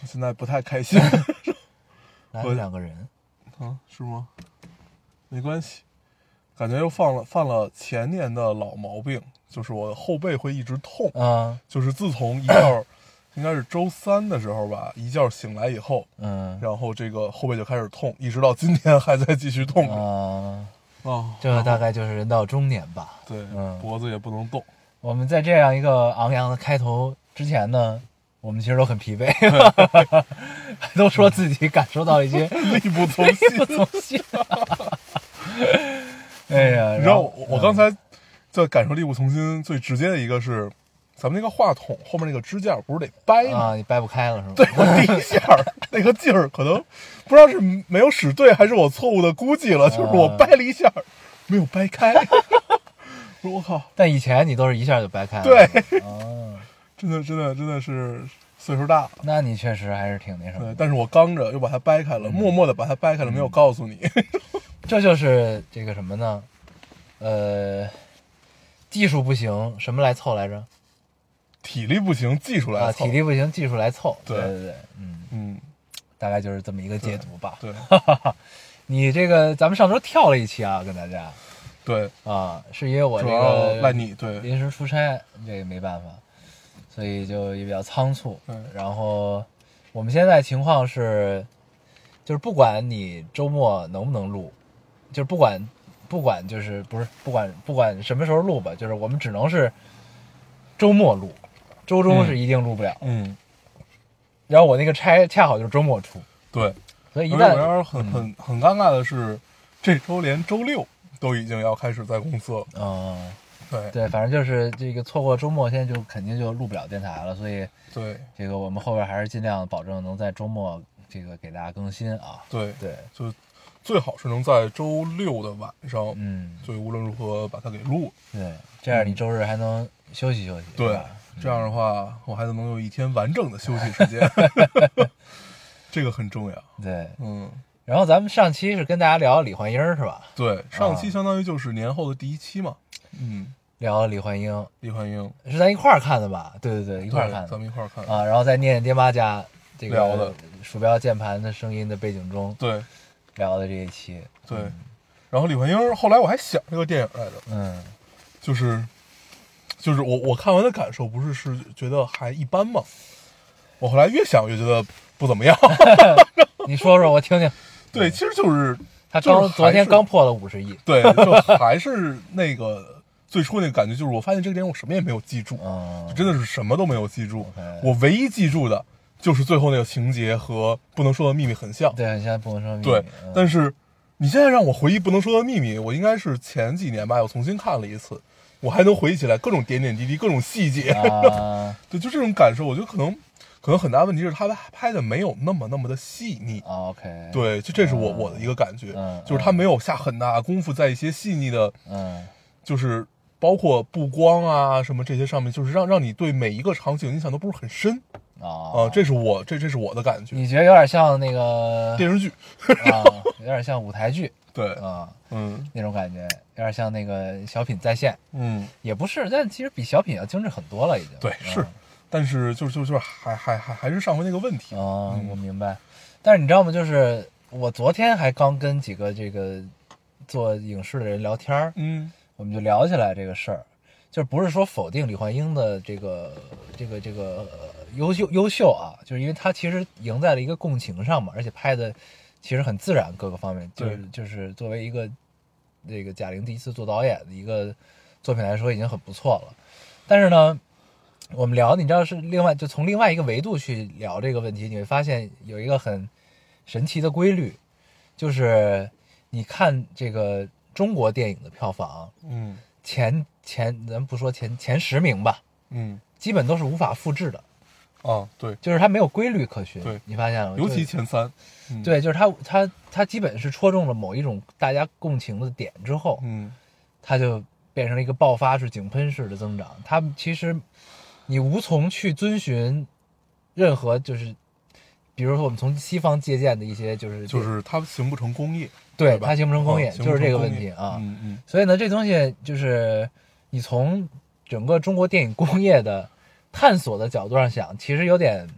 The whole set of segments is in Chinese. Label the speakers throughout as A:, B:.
A: 我现在不太开心
B: 来了两个人，
A: 啊，是吗？没关系，感觉又犯了犯了前年的老毛病，就是我后背会一直痛。
B: 嗯
A: 就是自从一觉， 应该是周三的时候吧，一觉醒来以后，
B: 嗯
A: 然后这个后背就开始痛，一直到今天还在继续痛着。
B: 啊，
A: 哦，
B: 这大概就是人到中年吧。
A: 对
B: 嗯，
A: 脖子也不能动。
B: 我们在这样一个昂扬的开头之前呢，我们其实都很疲惫， 都说自己感受到一 些
A: 力不从
B: 不
A: 心。
B: 从心。哎呀，
A: 你知道我
B: 然后
A: 我刚才在感受力不从心最直接的一个是，咱们那个话筒后面那个支架不是得掰吗？
B: 啊，你掰不开了是吗？
A: 对我第一下儿那个劲儿，可能不知道是没有使对，还是我错误的估计了，就是
B: 啊
A: 我掰了一下儿，没有掰开。 我说我靠，
B: 但以前你都是一下就掰开了。
A: 对，
B: 哦，
A: 真的真的真的是岁数大了。
B: 那你确实还是挺那什么的
A: 对，。但是我刚着又把它掰
B: 嗯
A: 开了，默默的把它掰开了，没有告诉你。
B: 这就是这个什么呢？呃，技术不行，什么来凑来着？
A: 体力不行，技术
B: 啊，
A: 来凑。
B: 体力，不行，技术来凑。
A: 对
B: 对对，嗯，
A: 嗯，
B: 大概就是这么一个解读吧。
A: 对
B: 你这个咱们上周跳了一期啊，跟大家
A: 对，
B: 啊，是因为我这
A: 主要
B: 个
A: 赖你。对，
B: 临时出差，这也没办法，所以就也比较仓促。
A: 嗯
B: 然后我们现在情况是，就是不管你周末能不能录，就是不管不管就是不是不管不管什么时候录吧，就是我们只能是周末录，周中是一定录不了。
A: 嗯，
B: 然后我那个差恰好就是周末出，
A: 对。
B: 所哎以一
A: 因为我
B: 旦嗯
A: 要是很很很尴尬的是，这周连周六都已经要开始在公司了。
B: 嗯。
A: 对
B: 对，反正就是这个错过周末，现在就肯定就录不了电台了，所以
A: 对
B: 这个我们后边还是尽量保证能在周末这个给大家更新啊。
A: 对
B: 对，
A: 就最好是能在周六的晚上，
B: 嗯，
A: 所以无论如何把它给录。
B: 对，这样你周日还能休息休息。是
A: 嗯对
B: 吧，
A: 这样的话，我还能有一天完整的休息 时间，这个很重要。
B: 对。
A: 嗯，
B: 然后咱们上期是跟大家聊李焕英儿是吧？
A: 对，上
B: 啊
A: 期相当于就是年后的第一期嘛。嗯，
B: 聊李焕英
A: 李焕英
B: 是咱一块儿看的吧？对对对，一
A: 一
B: 块儿看
A: 咱
B: 的
A: 们一块儿看。
B: 啊。然后在念念爹妈家这
A: 聊
B: 个
A: 的
B: 鼠标键盘的声音的背景中
A: 对
B: 聊的这一期，
A: 对，然后李焕英后来我还想这个电影来着，
B: 嗯
A: 就是就是我我看完的感受不是是觉得还一般嘛，我后来越想越觉得不怎么样。
B: 嗯你说说我听听。
A: 对，其实就是
B: 他
A: 就是
B: 刚
A: 还
B: 昨天
A: 是
B: 刚破了五十亿，
A: 对，就还是那个最初那个感觉，就是我发现这个电影我什么也没有记住，
B: 嗯，
A: 真的是什么都没有记住
B: OK。
A: 我唯一记住的就是最后那个情节和《不能说的秘密》很像，
B: 对，很像不能说秘密
A: 对。
B: 嗯
A: 但是你现在让我回忆《不能说的秘密》，我应该是前几年吧，我重新看了一次，我还能回忆起来各种点点滴滴、各种细节，
B: 啊
A: 对，就这种感受，我觉得可能可能很大问题是他拍的没有那么那么的细腻。
B: 啊，OK，，
A: 对，就这是我、
B: 嗯
A: 我的一个感觉，
B: 嗯
A: 就是他没有下很大的功夫在一些细腻的，
B: 嗯
A: 就是包括布光啊什么这些上面，就是让让你对每一个场景印象都不是很深啊、
B: 啊，
A: 这是我这这是我的感觉。
B: 你觉得有点像那个
A: 电视剧，
B: 啊，有点像舞台剧
A: 对，
B: 啊
A: 嗯嗯
B: 那种感觉，有点像那个小品在线，
A: 嗯，
B: 也不是，但其实比小品要精致很多了，已经。
A: 对
B: 嗯
A: 是，但是就是就是就是还还还还是上回那个问题，
B: 啊，
A: 嗯
B: 我明白。但是你知道吗？就是我昨天还刚跟几个这个做影视的人聊天儿，
A: 嗯
B: 我们就聊起来这个事儿，就是不是说否定李焕英的这个这个这个、呃优秀优秀啊，就是因为她其实赢在了一个共情上嘛，而且拍的其实很自然，各个方面就是
A: 对
B: 就是作为一个这个贾玲第一次做导演的一个作品来说，已经很不错了。但是呢，我们聊，你知道是另外就从另外一个维度去聊这个问题，你会发现有一个很神奇的规律，就是你看这个中国电影的票房
A: 嗯
B: 前前，咱不说前前十名吧，
A: 嗯
B: 基本都是无法复制的。
A: 啊，对，
B: 就是它没有规律可循。
A: 对
B: 你发现了吗？
A: 尤其
B: 就是
A: 前三，嗯，
B: 对，就是它它它基本是戳中了某一种大家共情的点之后，
A: 嗯，
B: 它就变成了一个爆发式、井喷式的增长。它其实你无从去遵循任何，就是比如说我们从西方借鉴的一些，就是
A: 就是它形不成工业，
B: 对
A: 吧
B: 它形不成工业，
A: 啊形不
B: 就是这
A: 成
B: 个
A: 工
B: 问
A: 业
B: 题啊。
A: 嗯嗯，
B: 所以呢，这东西就是你从整个中国电影工业的探索的角度上想，其实有点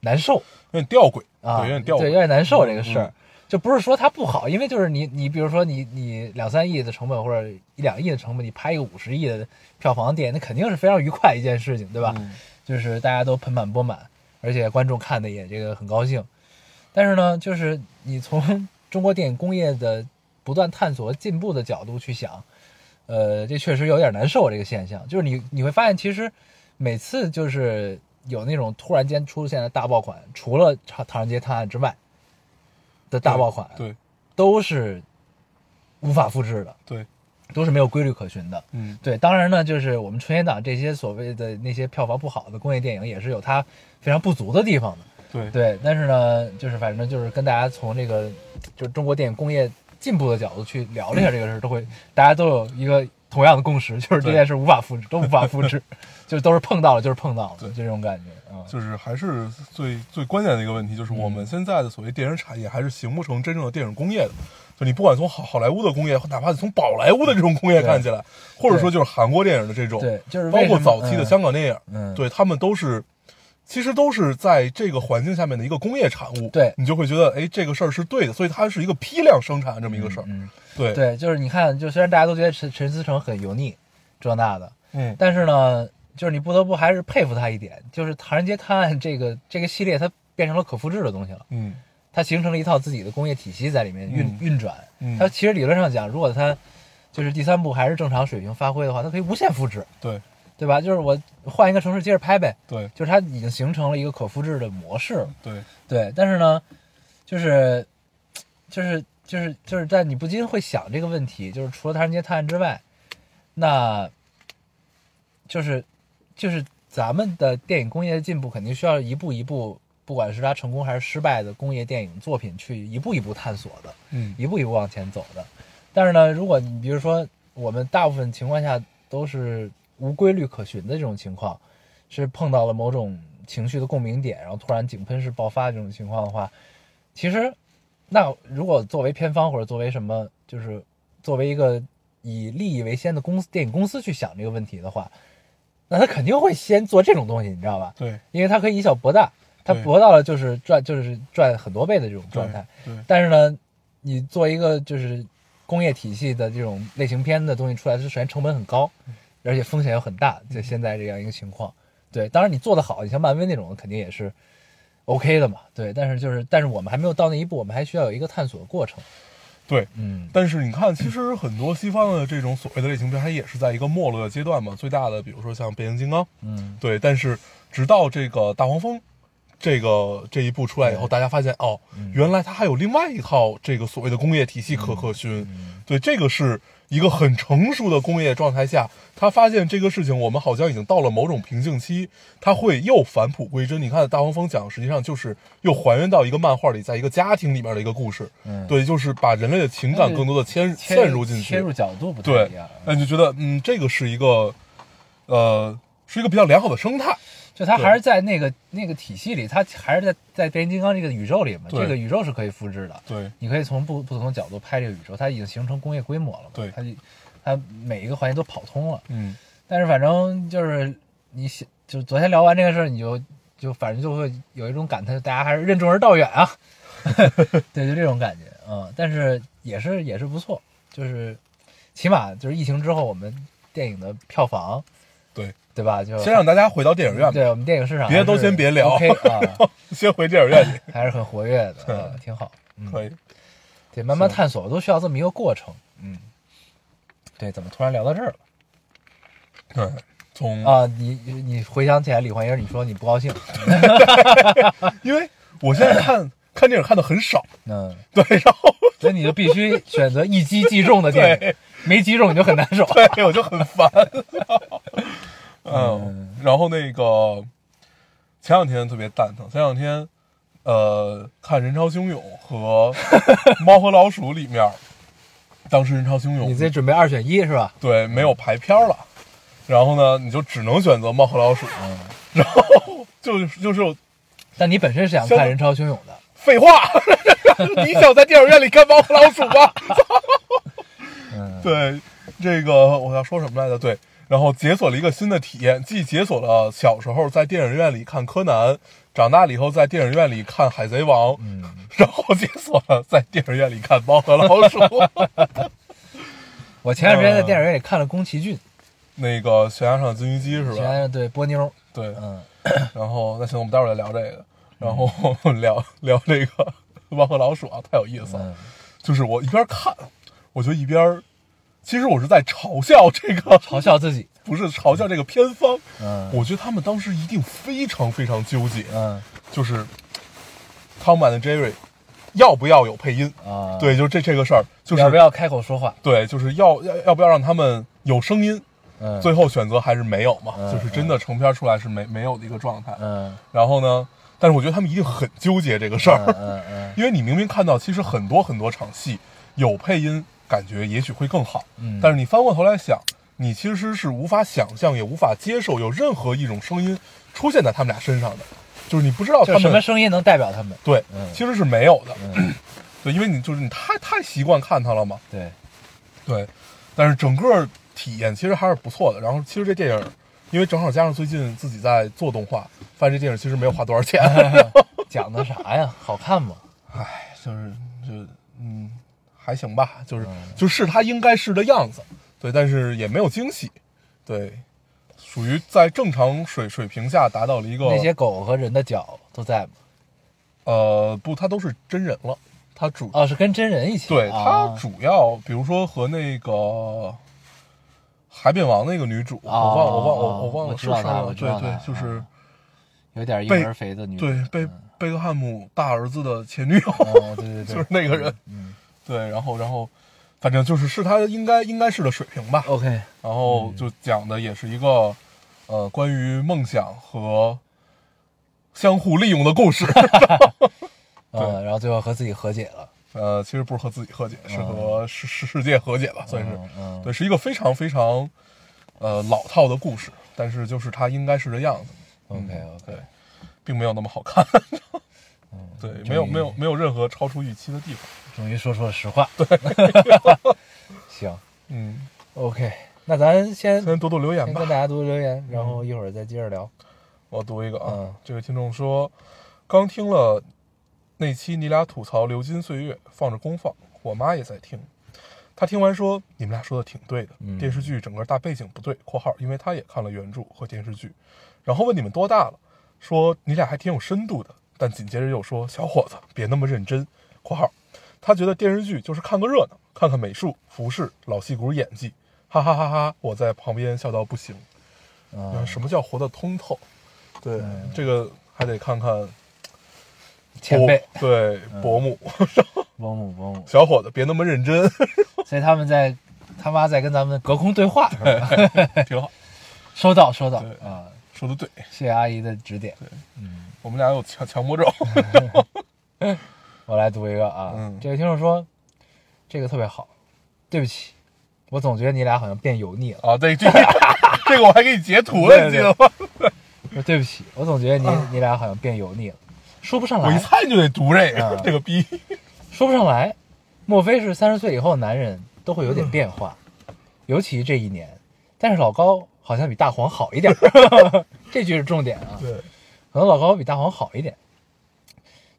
B: 难受
A: 有点吊诡
B: 啊，
A: 对，有点吊
B: 对，有
A: 诡，
B: 点难受这个事儿。
A: 嗯
B: 就不是说它不好，因为就是你你比如说你你两三亿的成本或者一两亿的成本，你拍一个五十亿的票房电影，那肯定是非常愉快一件事情，对吧？
A: 嗯
B: 就是大家都盆满钵满，而且观众看的也这个很高兴。但是呢，就是你从 中国电影工业的不断探索进步的角度去想，呃，这确实有点难受这个现象。就是你你会发现，其实每次就是有那种突然间出现的大爆款，除了《唐唐人街探案》之外的大爆款，
A: 对
B: 都是无法复制的，
A: 对，
B: 都是没有规律可循的。
A: 嗯，
B: 对，当然呢，就是我们春节档这些所谓的那些票房不好的工业电影，也是有它非常不足的地方的。
A: 对，
B: 对，但是呢，就是反正就是跟大家从这个就是中国电影工业进步的角度去聊了一下这个事儿，都会大家都有一个同样的共识，就是这
A: 对
B: 件事无法复制，都无法复 制，就是都是碰到了就是碰到了，
A: 对
B: 就这种感觉啊。
A: 就是还是最最关键的一个问题，就是我
B: 嗯
A: 们现在的所谓电影产业还是形不成真正的电影工业的。就你不管从好好莱坞的工业，哪怕是从宝莱坞的这种工业
B: 对
A: 看起来，或者说就是韩国电影的这种，
B: 对，就是
A: 包
B: 为
A: 括
B: 什么
A: 早期的
B: 嗯
A: 香港电影，
B: 嗯
A: 对他们都是，其实都是在这个环境下面的一个工业产物。
B: 对
A: 你就会觉得，哎，这个事儿是对的，所以它是一个批量生产这么一个事儿。
B: 嗯，嗯
A: 对，
B: 对，就是你看，就虽然大家都觉得陈陈思诚很油腻，这那的，
A: 嗯，
B: 但是呢，就是你不得不还是佩服他一点，就是《唐人街探案》这个这个系列，它变成了可复制的东西了，
A: 嗯，
B: 它形成了一套自己的工业体系在里面运、
A: 嗯
B: 运转。
A: 嗯
B: 它其实理论上讲，如果它就是第三部还是正常水平发挥的话，它可以无限复制，
A: 对，
B: 对吧？就是我换一个城市接着拍呗，
A: 对，
B: 就是它已经形成了一个可复制的模式了。
A: 对，
B: 对，但是呢，就是就是就是就是在你不禁会想这个问题，就是除了《唐人街探案》之外，那就是就是咱们的电影工业的进步，肯定需要一步一步，不管是它成功还是失败的工业电影作品，去一步一步探索的，
A: 嗯，
B: 一步一步往前走的。但是呢，如果你比如说我们大部分情况下都是无规律可循的这种情况，是碰到了某种情绪的共鸣点，然后突然井喷式爆发这种情况的话，其实那如果作为片方或者作为什么，就是作为一个以利益为先的公司电影公司去想这个问题的话，那他肯定会先做这种东西，你知道吧？
A: 对，
B: 因为他可以以小博大，他
A: 对
B: 博到了就是赚就是赚很多倍的这种状态
A: 对。，对，
B: 但是呢，你做一个就是工业体系的这种类型片的东西出来，是首先成本很高，
A: 嗯
B: 而且风险又很大，就现在这样一个情况。对，当然你做得好，你像漫威那种肯定也是 OK 的嘛。对，但是就是，但是我们还没有到那一步，我们还需要有一个探索的过程。
A: 对。
B: 嗯，
A: 但是你看，其实很多西方的这种所谓的类型片，它也是在一个没落的阶段嘛。最大的，比如说像《变形金刚》，
B: 嗯，
A: 对。但是直到这个《大黄蜂》这个这一部出来以后，大家发现哦，原来它还有另外一套这个所谓的工业体系可可循。对，这个是一个很成熟的工业状态下，他发现这个事情我们好像已经到了某种瓶颈期，他会又返璞归真。你看《大黄蜂》讲，实际上就是又还原到一个漫画里，在一个家庭里面的一个故事。
B: 嗯
A: 对，就是把人类的情感
B: 那就
A: 更多的牵
B: 切
A: 嵌入进去，
B: 切入角度不太
A: 对
B: 一样。，
A: 那你就觉得，嗯，这个是一个，呃，是一个比较良好的生态。
B: 就它还是在那个那个体系里，它还是在在变形金刚这个宇宙里嘛。
A: 对
B: 这个宇宙是可以复制的。
A: 对，
B: 你可以从不不同的角度拍这个宇宙，它已经形成工业规模了嘛。
A: 对
B: 它就它每一个环节都跑通了。
A: 嗯，
B: 但是反正就是你想，就昨天聊完这个事儿，你就就反正就会有一种感叹，大家还是任重而道远 啊。对，就这种感觉啊、嗯。但是也是也是不错，就是起码就是疫情之后，我们电影的票房
A: 对，
B: 对吧？就
A: 先让大家回到电影院吧，
B: 对我们电影市场
A: 别都先别聊
B: o k 啊，
A: 先回电影院去，
B: 还是很活 跃的，嗯挺好。
A: 可以。
B: 对，慢慢
A: 行
B: 探索都需要这么一个过程。嗯，对，怎么突然聊到这儿了
A: 对，从，
B: 啊？你你回想起来，李焕英，你说你不高兴，
A: 因为我现 在看看电影看的很少，
B: 嗯，
A: 对，然后
B: 所以你就必须选择一击即中的 电影
A: 对，
B: 没击中你就很难 受。
A: 对
B: 嗯
A: 我就很烦。嗯，然后那个，前两天特别蛋疼，前两天呃看《人潮汹涌》和《猫和老鼠》里面， 当时《人潮汹涌》
B: 你自己准备二选一是吧？
A: 对，没有排片了，然后呢，你就只能选择《猫和老鼠》，然后就是就是
B: 但你本身是想看
A: 相当
B: 人潮汹涌的，
A: 废话， 你想在电影院里看《猫和老鼠》吗？
B: 嗯，
A: 对，这个我要说什么来着？对，然后解锁了一个新的体验，既解锁了小时候在电影院里看柯南，长大了以后在电影院里看海贼王，然后解锁了在电影院里看猫和老鼠。
B: 我前段时间在电影院里看了宫崎骏，
A: 那个悬崖上的金鱼姬是
B: 前
A: 吧？
B: 段对波妞，
A: 对，
B: 嗯，
A: 然后那行，我们待会儿再聊这个，然后 聊聊这个 猫和老鼠啊，太有意思了。
B: 嗯
A: 就是我一边看，我就一边，其实我是在嘲笑这个
B: 嘲笑自己，
A: 不是嘲笑这个片方，
B: 嗯
A: 我觉得他们当时一定非常非常纠结，
B: 嗯
A: 就是《Tom and Jerry》要不要有配音？
B: 啊，，
A: 对，就这这个事儿，就是
B: 要不要开口说话？
A: 对，就是要要要不要让他们有声音？
B: 嗯，
A: 最后选择还是没有嘛，
B: 嗯
A: 就是真的成片出来是没没有的一个状态。
B: 嗯
A: 然后呢，但是我觉得他们一定很纠结这个事
B: 嗯
A: 儿，
B: 嗯 嗯
A: 因为你明明看到其实很多很多场戏有配音，感觉也许会更好，
B: 嗯，
A: 但是你翻过头来想，你其实是无法想象，也无法接受有任何一种声音出现在他们俩身上的，就是你不知道
B: 就
A: 他
B: 是什么
A: 们
B: 声音能代表他们？
A: 对，
B: 嗯
A: 其实是没有的，
B: 嗯，
A: 对，因为你就是你太太习惯看他了嘛，
B: 对，
A: 对，但是整个体验其实还是不错的。然后其实这电影，因为正好加上最近自己在做动画，发现这电影其实没有花多 少钱，
B: 讲的啥呀？好看吗？
A: 唉，就是就嗯还行吧，就是、
B: 嗯
A: 就是他应该是的样子，对，但是也没有惊喜，对，属于在正常水水平下达到了一个
B: 那些狗和人的脚都在吗？
A: 呃不，他都是真人了，他主、
B: 哦，是跟真人一起，
A: 对
B: 啊
A: 他主要比如说和那个。海扁王那个女主，我忘了，我忘了，我忘
B: 哦我
A: 了
B: 知
A: 是
B: 道
A: 谁
B: 她
A: 了。
B: 我知
A: 对
B: 道
A: 对
B: 她，
A: 就是
B: 啊有点一门肥的女人，
A: 对贝贝克汉姆大儿子的前女友，
B: 嗯哦，对对对，
A: 就是那个人。
B: 嗯
A: 对，然后然后，反正就是是他应该应该是的水平吧。
B: ，OK，
A: 然
B: 嗯
A: 后就讲的也是一个呃关于梦想和相互利用的故 事。
B: 嗯，然后最后和自己和解了，
A: 呃，其实不是和自己和解，是和世世世界和解吧，算是。
B: 哦嗯嗯，
A: 对，是一个非常非常呃老套的故事，但是就是他应该是的样子。
B: ，OK
A: 嗯对
B: OK，，
A: 并没有那么好看。
B: 哦
A: 对，
B: 嗯
A: 没有没有没有任何超出预期的地方。
B: 终于说出了实话，对， 行
A: 嗯，
B: ，OK，那咱先
A: 先多多留言
B: 先
A: 吧嗯
B: 跟。大家读读留言，然后一会儿再接着聊，
A: 我读一个啊，
B: 嗯
A: 这位听众说，刚听了那期你俩吐槽《流金岁月》，放着公放，我妈也在听。她听完说：“你们俩说的挺对的，
B: 嗯
A: 电视剧整个大背景不对。”（括号因为她也看了原著和电视剧），然后问你们多大了，说你俩还挺有深度的，但紧接着又说：“小伙子，别那么认真。”（括号她觉得电视剧就是看个热闹，看看美术、服饰、老戏骨演技，哈哈哈哈！我在旁边笑到不行。
B: 嗯
A: 嗯，，什么叫活得通透？对，这个还得看看
B: 嗯前辈，
A: 伯对伯母
B: 伯母伯母，
A: 小伙子，别那么认真，
B: 所以他们在他妈在跟咱们隔空对 话，是吧？
A: 挺好，
B: 收到收到
A: 对
B: 啊，
A: 说的对，
B: 谢谢阿姨的指点。
A: 我们俩有强强迫症，
B: 我来读一个啊，
A: 嗯
B: 这位听众说，这个特别好，对不起，我总觉得你俩好像变油腻了。
A: 啊，对，这个这个我还给你截图了，你记得吗？
B: 说对不起，我总觉得你、你俩好像变油腻了，说不上
A: 啊我一
B: 来，
A: 猜你就得读这
B: 嗯
A: 个， 这个逼，
B: 说不上来。莫非是三十岁以后男人都会有点变化，
A: 嗯
B: 尤其这一年？但是老高好像比大黄好一点儿， 这句是重点啊。
A: 对，
B: 可能老高比大黄好一点，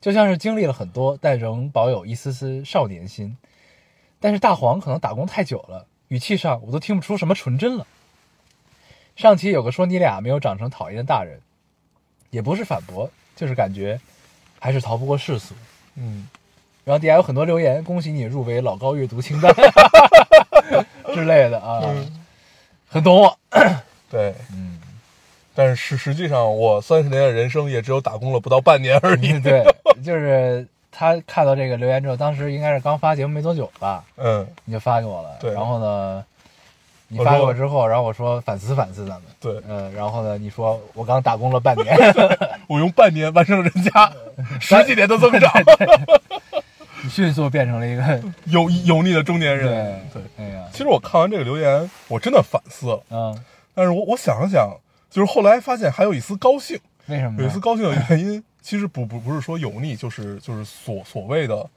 B: 就像是经历了很多，但仍保有一丝丝少年心。但是大黄可能打工太久了，语气上我都听不出什么纯真了。上期有个说你俩没有长成讨厌的大人，也不是反驳，就是感觉还是逃不过世俗。
A: 嗯，
B: 然后底下有很多留言，恭喜你入围老高阅读清单 之类的啊，
A: 嗯
B: 很懂我。
A: 对，嗯。但是实实际上，我三十年的人生也只有打工了不到半年而已。
B: 对，就是他看到这个留言之后，当时应该是刚发节目没多久吧，
A: 嗯，
B: 你就发给我了。
A: 对
B: 然后呢，你
A: 我
B: 发给
A: 说
B: 我之后，然后我说反思反思咱们，
A: 对
B: 嗯，然后呢，你说我刚打工了半 年，
A: 我用半年完成了人家十几年的增 长，
B: 你迅速变成了一个，
A: 油油腻的中年人。对
B: 对，，哎呀，
A: 其实我看完这个留言，我真的反思了，
B: 嗯，
A: 但是我我想了想，就是后来发现还有一丝高兴，
B: 为什么呢？
A: 有一丝高兴的原因，其实不不不是说油腻，就是就是所所谓的，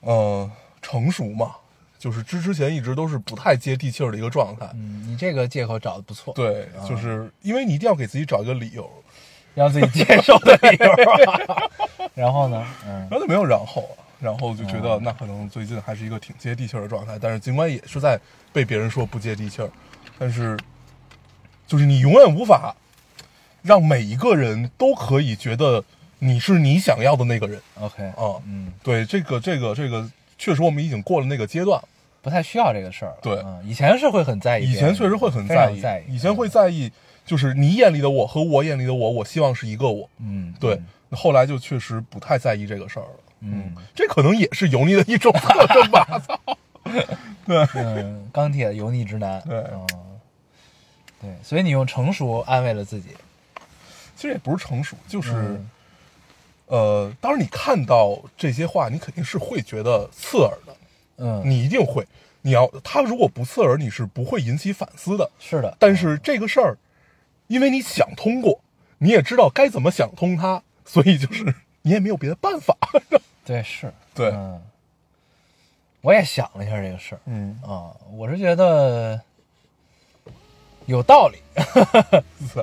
A: 呃，成熟嘛，就是之之前一直都是不太接地气儿的一个状态。
B: 嗯，你这个借口找的不错，，
A: 对，就是因为你一定要给自己找一个理由，
B: 让自己接受的理由。 然后呢，嗯
A: 然后就没有然后了，然后就觉得那可能最近还是一个挺接地气儿的状态，但是尽管也是在被别人说不接地气儿，但是就是你永远无法让每一个人都可以觉得你是你想要的那个人
B: ，OK，
A: 啊。
B: 嗯，
A: 对，这个这个这个，确实我们已经过了那个阶段了。
B: 不太需要这个事儿了。
A: 对
B: 嗯，以前是会很在意
A: 以
B: 别人的，
A: 前确实会很
B: 非
A: 在
B: 常
A: 意，
B: 在意，
A: 以前会在意，就是你眼里的我和我眼里的我，我希望是一个我。
B: 嗯，嗯，
A: 对，后来就确实不太在意这个事儿了。
B: 嗯，
A: 这可能也是油腻的一种特征吧。 操对
B: 嗯，钢铁油腻直男，
A: 对
B: 嗯对，所以你用成熟安慰了自己，
A: 其实也不是成熟，就是、
B: 嗯
A: 呃，当然你看到这些话，你肯定是会觉得刺耳的，
B: 嗯，
A: 你一定会。你要他如果不刺耳，你是不会引起反思的。
B: 是的，
A: 但是这个事儿，因为你想通过，你也知道该怎么想通它，所以 就是你也没有别的办法。
B: 对是，
A: 对
B: 嗯，我也想了一下这个事儿，
A: 嗯，
B: 啊，我是觉得有道理，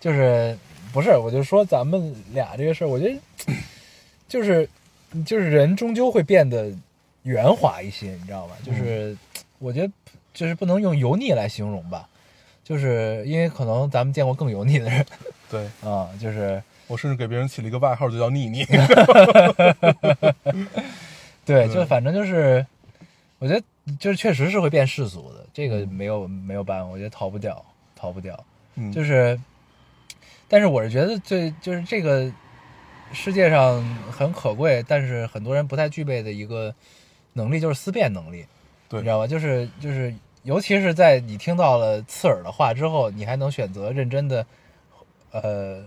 B: 就是不是？我就说咱们俩这个事儿，我觉得 就是就是人终究会变得圆滑一些，你知道
A: 嗯
B: 吧？就是、我觉得就是不能用油腻来形容吧，就是因为可能咱们见过更油腻的人
A: 对
B: 啊，就是
A: 我甚至给别人起了一个外号，就叫腻腻。
B: 对，
A: 对
B: 就反正就是我觉得就是确实是会变世俗的，这个没有没有办法，我觉得逃不掉，逃不掉。
A: 嗯，
B: 就是，但是我是觉得最就是这个世界上很可贵，但是很多人不太具备的一个能力就是思辨能力，
A: 对
B: 你知道吧？就是就是，尤其是在你听到了刺耳的话之后，你还能选择认真的，呃，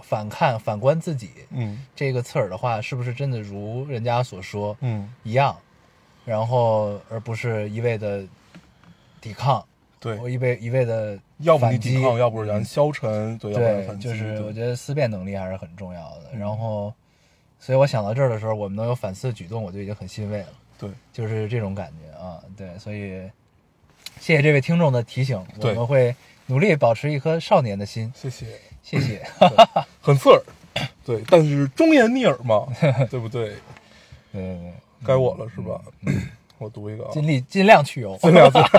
B: 反看反观自己，
A: 嗯
B: 这个刺耳的话是不是真的如人家所说
A: 嗯，
B: 一样，然后而不是一味的抵抗，
A: 对，
B: 一味一味的
A: 要不你抵
B: 反
A: 抗，
B: 击
A: 要不然消沉，对，要不然
B: 对，
A: 反击。
B: 就是我
A: 对
B: 觉得思辨能力还是很重要的。然后，所以我想到这儿的时候，我们能有反思的举动，我就已经很欣慰了，
A: 对，
B: 就是这种感觉啊。对，所以谢谢这位听众的提醒，我
A: 对
B: 们会努力保持一颗少年的心。
A: 谢谢，
B: 谢谢。
A: 很刺耳。对，但是忠言逆耳 嘛，对不对？
B: 对对对，
A: 该我了是吧？
B: 嗯
A: 我读一个啊，
B: 尽力尽量去油。
A: 尽量尽量。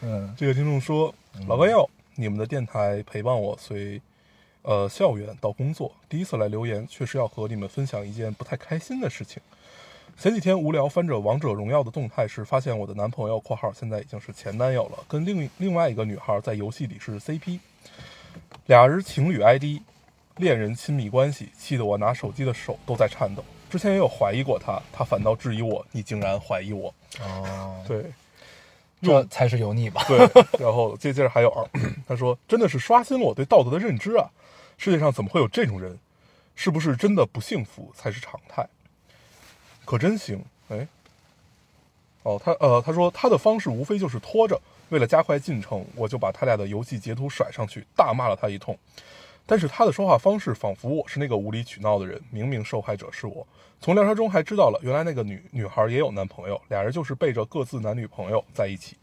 B: 嗯
A: 这个听众说：“老高要，你们的电台陪伴我随，呃，校园到工作。第一次来留言，确实要和你们分享一件不太开心的事情。前几天无聊翻着《王者荣耀》的动态时，发现我的男朋友（括号现在已经是前男友了）跟另另外一个女孩在游戏里是 CP，俩人情侣 ID，恋人亲密关系，气得我拿手机的手都在颤抖。之前也有怀疑过他，他反倒质疑我：你竟然怀疑我？
B: 哦，
A: 对。”
B: 这才是油腻吧？
A: 对，然后接接着还有啊，他说真的是刷新了我对道德的认知啊！世界上怎么会有这种人？是不是真的不幸福才是常态？可真行，哎，哦，他呃，他说他的方式无非就是拖着，为了加快进程，我就把他俩的游戏截图甩上去，大骂了他一通。但是他的说话方式仿佛我是那个无理取闹的人，明明受害者是我。从聊天中还知道了，原来那个女女孩也有男朋友，俩人就是背着各自男女朋友在一起。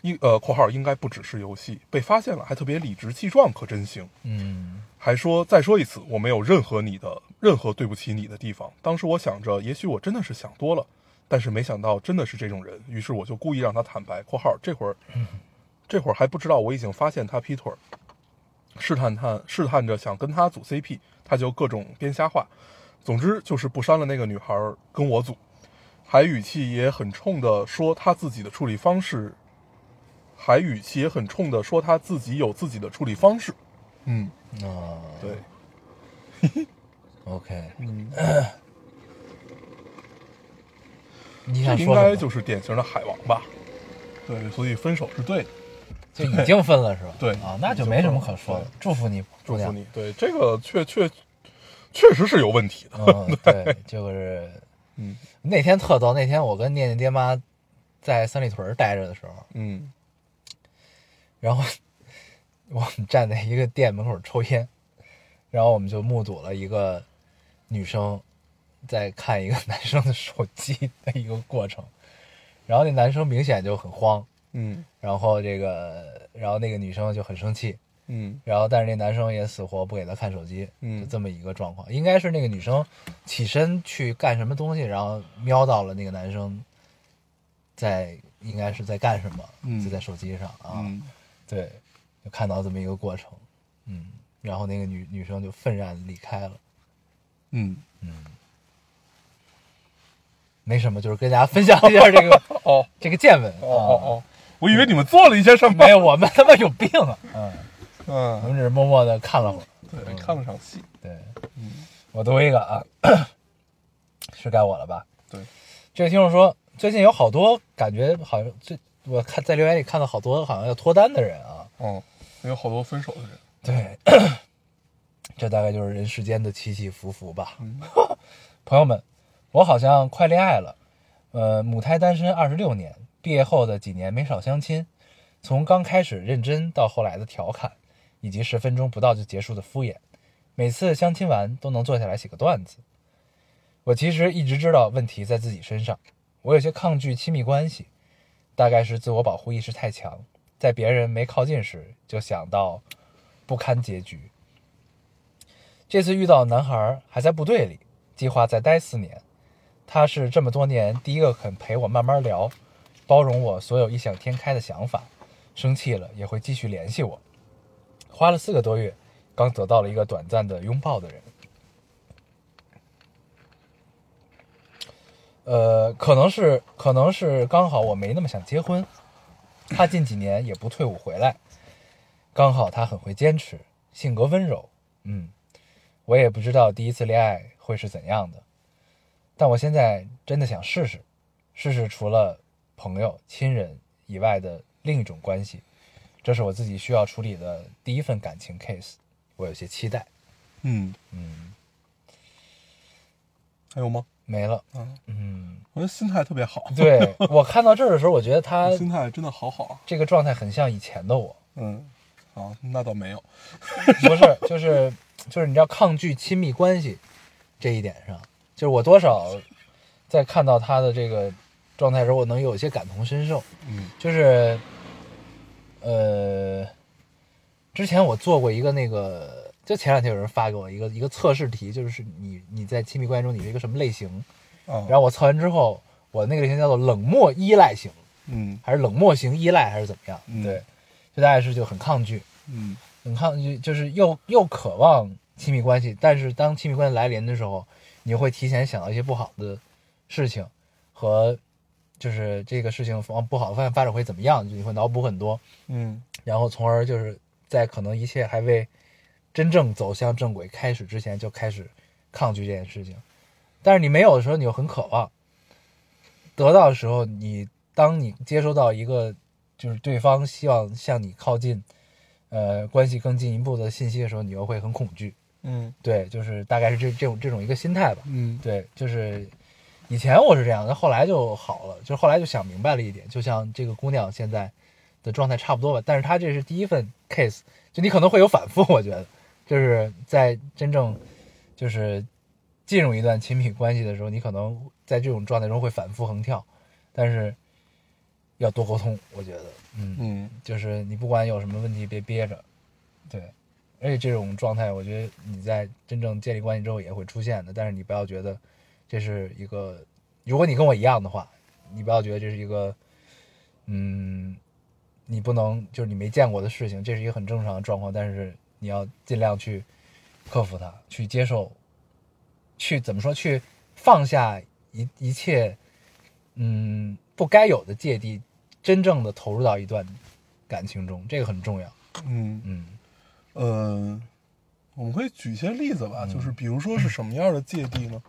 A: 应呃（括号应该不只是游戏）被发现了，还特别理直气壮，可真行。
B: 嗯
A: 还说再说一次，我没有任何你的任何对不起你的地方。当时我想着，也许我真的是想多了，但是没想到真的是这种人，于是我就故意让他坦白。（括号这会儿，这会儿还不知道我已经发现他劈腿儿，试探他试探着想跟他组 CP，他就各种编瞎话。总之就是不删了那个女孩儿跟我组，还语气也很冲的说他自己的处理方式，还语气也很冲的说他自己有自己的处理方式。嗯，
B: 哦
A: 对。
B: ，OK，
A: 嗯，
B: 你
A: 这
B: 想
A: 应
B: 说
A: 该
B: 什么？
A: 就是典型的海王吧？对，所以分手是对的，
B: 就已经分了是吧？
A: 对
B: 啊，那就没什么可说的
A: 对，
B: 祝福你，姑
A: 祝福
B: 娘。
A: 你。对，这个确确确实是有问题的。
B: 嗯，对，就是
A: 嗯
B: 那天特逗，那天我跟念念爹妈在三里屯儿待着的时候，
A: 嗯
B: 然后我们站在一个店门口抽烟，然后我们就目睹了一个女生在看一个 男生的手机的一个过程，然后那男生明显就很慌，
A: 嗯
B: 然后这个，然后那个女生就很生气，
A: 嗯
B: 然后但是那男生也死活不给她看手机，
A: 嗯
B: 就这么一个状况，应该是那个女生起身去干什么东西，然后瞄到了那个男生在应该是在干什么，
A: 嗯
B: 就在手机上啊，
A: 嗯，
B: 对，就看到这么一个过程，嗯，然后那个女女生就愤然离开了，
A: 嗯，
B: 没什么，就是跟大家分享一下这个
A: 哦
B: 这个见闻
A: 哦哦
B: 啊，
A: 哦，我以为你们做了一些什么
B: 嗯没。有，我们他妈有病啊，嗯，我
A: 嗯，
B: 们只是默默的看了会儿。
A: 对，看了场戏。
B: 对，嗯我读一个啊， 是该我了吧？
A: 对，
B: 这位听众说，最近有好多感觉好像最我看在留言里看到好多好像要脱单的人啊，
A: 嗯，有好多分手的人。
B: 对， 这大概就是人世间的起起伏伏吧。
A: 嗯
B: 朋友们，我好像快恋爱了，呃，母胎单身二十六年，毕业后的几年没少相亲，从刚开始认真到后来的调侃，以及十分钟不到就结束的敷衍，每次相亲完都能坐下来写个段子。我其实一直知道问题在自己身上，我有些抗拒亲密关系，大概是自我保护意识太强，在别人没靠近时就想到不堪结局。这次遇到男孩还在部队里，计划再待四年。他是这么多年第一个肯陪我慢慢聊，包容我所有异想天开的想法，生气了也会继续联系我。花了四个多月，刚得到了一个短暂的拥抱的人。呃，可能是可能是刚好我没那么想结婚，他近几年也不退伍回来，刚好他很会坚持，性格温柔，嗯，我也不知道第一次恋爱会是怎样的，但我现在真的想试试，试试除了朋友、亲人以外的另一种关系，这是我自己需要处理的第一份感情 case，我有些期待。
A: 嗯，
B: 嗯，
A: 还有吗？
B: 没了。
A: 嗯，
B: 嗯，
A: 我觉得心态特别好。
B: 对我看到这儿的时候，我觉得他
A: 心态真的好好啊。
B: 这个状态很像以前的我，
A: 嗯，啊，那倒没有。
B: 不是，就是就是你知道抗拒亲密关系这一点上，就是我多少在看到他的这个状态的时候，我能有一些感同身受。
A: 嗯
B: 就是呃，之前我做过一个那个，就前两天有人发给我一个一个测试题，就是你你在亲密关系中你是一个什么类型，
A: 啊，
B: 然后我测完之后，我那个类型叫做冷漠依赖型，
A: 嗯
B: 还是冷漠型依赖，还是怎么样？
A: 嗯
B: 对，就大概是就很抗拒。
A: 嗯
B: 很抗拒，就是又又渴望亲密关系，但是当亲密关系来临的时候，你会提前想到一些不好的事情和就是这个事情往不好的方向发展会怎么样，就你会脑补很多，
A: 嗯
B: 然后从而就是在可能一切还未真正走向正轨开始之前，就开始抗拒这件事情。但是你没有的时候，你又很渴望得到的时候，你当你接收到一个就是对方希望向你靠近，呃，关系更进一步的信息的时候，你又会很恐惧。
A: 嗯
B: 对，就是大概是这这种这种一个心态吧。
A: 嗯
B: 对，就是以前我是这样，但后来就好了，就后来就想明白了一点，就像这个姑娘现在的状态差不多吧，但是她这是第一份 case，就你可能会有反复，我觉得就是在真正就是进入一段亲密关系的时候，你可能在这种状态中会反复横跳，但是要多沟通，我觉得，嗯，
A: 嗯，
B: 就是你不管有什么问题别憋着，对。而且这种状态，我觉得你在真正建立关系之后也会出现的，但是你不要觉得这是一个，如果你跟我一样的话，你不要觉得这是一个，嗯，你不能就是你没见过的事情，这是一个很正常的状况，但是你要尽量去克服它，去接受，去怎么说，去放下一一切，嗯，不该有的芥蒂，真正的投入到一段感情中，这个很重要。
A: 嗯
B: 嗯
A: 呃，我们可以举一些例子
B: 嗯
A: 吧，就是比如说是什么样的芥蒂呢？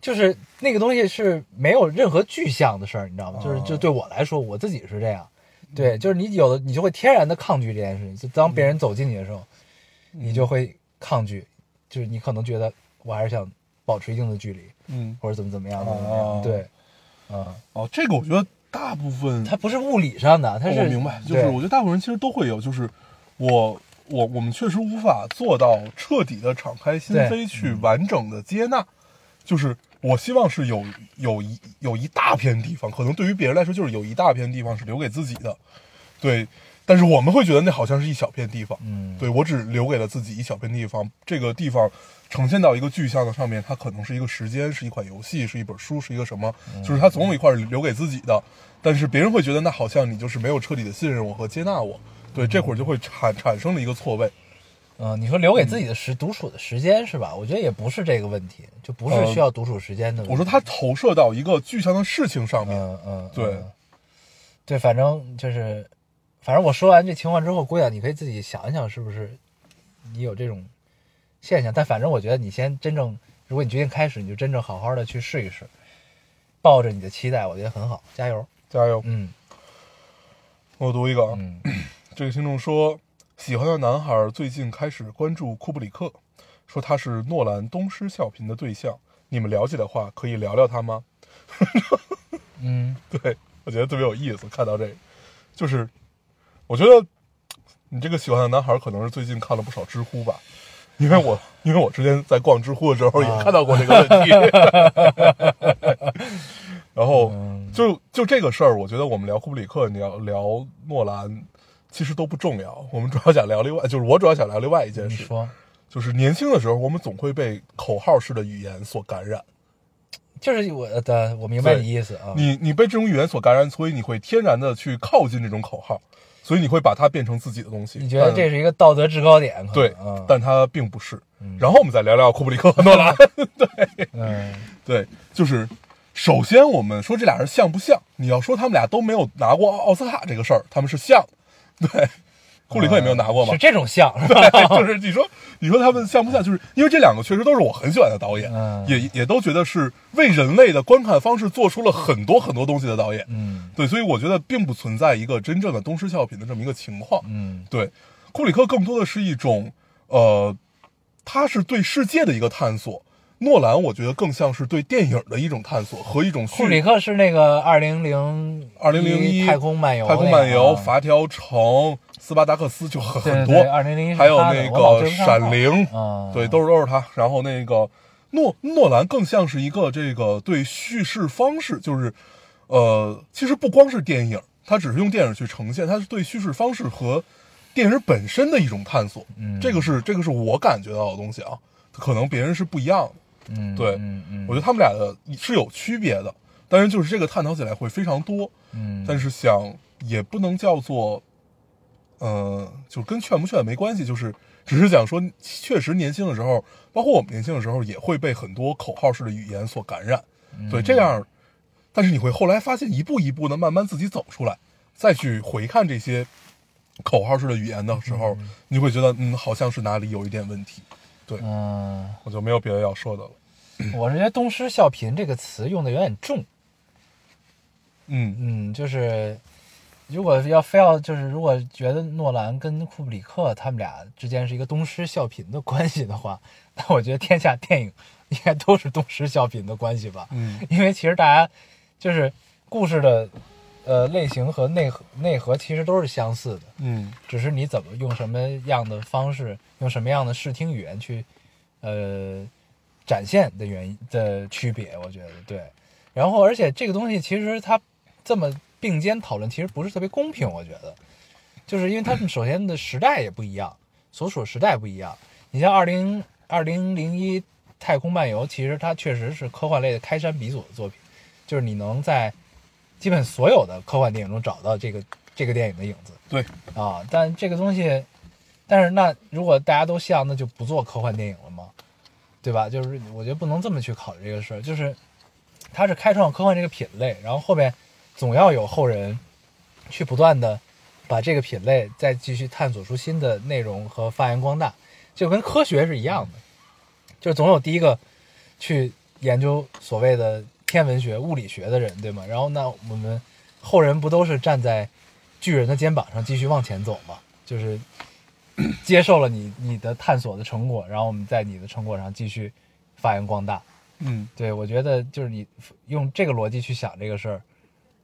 B: 就是那个东西是没有任何具象的事儿，你知道吗？就是
A: 哦
B: 就对我来说，我自己是这样，对，就是你有的你就会天然的抗拒这件事情，就当别人走近你的时
A: 嗯
B: 候，你就会抗拒，就是你可能觉得我还是想保持一定的距离，
A: 嗯，
B: 或者怎么怎么样，怎么怎么样，
A: 哦
B: 对，啊，
A: 哦，这个我觉得大部分
B: 它不是物理上的，它是
A: 哦我明白，就是
B: 对
A: 我觉得大部分人其实都会有，就是我我我们确实无法做到彻底的敞开心
B: 对
A: 扉去完整的接
B: 嗯
A: 纳，就是我希望是有有一有一大片地方，可能对于别人来说就是有一大片地方是留给自己的，对。但是我们会觉得那好像是一小片地方，
B: 嗯
A: 对我只留给了自己一小片地方。这个地方呈现到一个具象的上面，它可能是一个时间，是一款游戏，是一本书，是一个什么，
B: 嗯
A: 就是它总有一块留给自己的。但是别人会觉得，那好像你就是没有彻底的信任我和接纳我。对，这会儿就会产产生了一个错位，
B: 嗯，你说留给自己的时独处的时间是吧？我觉得也不是这个问题，就不是
A: 呃
B: 需要独处时间的问题。
A: 我说它投射到一个具象的事情上面，
B: 嗯嗯，
A: 对
B: 嗯对，反正就是，反正我说完这情况之后，姑娘，你可以自己想一想，是不是你有这种现象？但反正我觉得你先真正，如果你决定开始，你就真正好好的去试一试，抱着你的期待，我觉得很好，加油。
A: 加油！
B: 嗯
A: 我读一个啊，
B: 嗯
A: 这个听众说，喜欢的男孩最近开始关注库布里克，说他是诺兰东施效颦的对象。你们了解的话，可以聊聊他吗？
B: 嗯
A: 对，我觉得特别有意思。看到这个，就是我觉得你这个喜欢的男孩可能是最近看了不少知乎吧，因为我因为我之前在逛知乎的时候也
B: 啊
A: 看到过这个问题。 然后
B: 嗯
A: 就就这个事儿，我觉得我们聊库布里克，你要聊诺兰，其实都不重要。我们主要想聊另外，就是我主要想聊另外一件
B: 你
A: 事，
B: 说，
A: 就是年轻的时候，我们总会被口号式的语言所感染。
B: 就是我的，我明白
A: 对
B: 你意思啊。
A: 你你被这种语言所感染，所以你会天然的去靠近这种口号，所以你会把它变成自己的东西。
B: 你觉得
A: 但
B: 这是一个道德制高点？可能
A: 对
B: 啊，
A: 但它并不是。然后我们再聊聊库布里克和诺兰。
B: 嗯
A: 对，就是首先我们说这俩人像不像？你要说他们俩都没有拿过奥斯卡这个事儿，他们是像的。对，库布里克也没有拿过嘛
B: 是。这种像嗯 是吧？
A: 对就是你说你说他们像不像？就是因为这两个确实都是我很喜欢的导演，
B: 嗯
A: 也也都觉得是为人类的观看方式做出了很多很多东西的导演。
B: 嗯
A: 对，所以我觉得并不存在一个真正的东施效颦的这么一个情况。
B: 嗯
A: 对，库里克更多的是一种，呃，他是对世界的一个探索。诺兰我觉得更像是对电影的一种探索和一种叙
B: 库里克是那个二零零
A: 二零零一
B: 太空漫游那
A: 太
B: 个啊，
A: 空漫游、伐条城、斯巴达克斯就很
B: 对
A: 很
B: 对
A: 多
B: 对，2001是
A: 还有
B: 他的
A: 那
B: 我老
A: 个
B: 追不上
A: 闪
B: 号
A: 灵，
B: 啊，
A: 对，都是都是他。然后那个诺诺兰更像是一个这个对叙事方式，就是呃，其实不光是电影，他只是用电影去呈现，他是对叙事方式和电影本身的一种探索。
B: 嗯
A: 这个是这个是我感觉到的东西啊，可能别人是不一样的。
B: 嗯，
A: 对
B: 嗯嗯，
A: 我觉得他们俩的是有区别的，但是就是这个探讨起来会非常多。
B: 嗯，
A: 但是想也不能叫做，呃，就跟劝不劝没关系，就是只是讲说，确实年轻的时候，包括我们年轻的时候，也会被很多口号式的语言所感染，对，这样，但是你会后来发现，一步一步的慢慢自己走出来，再去回看这些口号式的语言的时候，你会觉得，嗯，好像是哪里有一点问题，对
B: 嗯，
A: 我就没有别的要说的了，
B: 我是觉得“东施效颦”这个词用的有点重，
A: 嗯
B: 嗯，就是如果要非要就是如果觉得诺兰跟库布里克他们俩之间是一个东施效颦的关系的话，那我觉得天下电影应该都是东施效颦的关系吧，
A: 嗯
B: 因为其实大家就是故事的呃类型和内核内核其实都是相似的，
A: 嗯
B: 只是你怎么用什么样的方式，用什么样的视听语言去，呃，展现的原因的区别，我觉得对。然后，而且这个东西其实它这么并肩讨论，其实不是特别公平，我觉得，就是因为他们首先的时代也不一样，所处时代不一样。你像二零二零零一《太空漫游》，其实它确实是科幻类的开山鼻祖的作品，就是你能在基本所有的科幻电影中找到这个这个电影的影子。
A: 对，
B: 啊，但这个东西，但是那如果大家都像，那就不做科幻电影了吗？对吧？就是我觉得不能这么去考虑这个事儿，就是它是开创科幻这个品类，然后后面总要有后人去不断的把这个品类再继续探索出新的内容和发扬光大，就跟科学是一样的，就是总有第一个去研究所谓的天文学、物理学的人，对吗？然后那我们后人不都是站在巨人的肩膀上继续往前走嘛，就是接受了你你的探索的成果，然后我们在你的成果上继续发扬光大。
A: 嗯，
B: 对，我觉得就是你用这个逻辑去想这个事儿，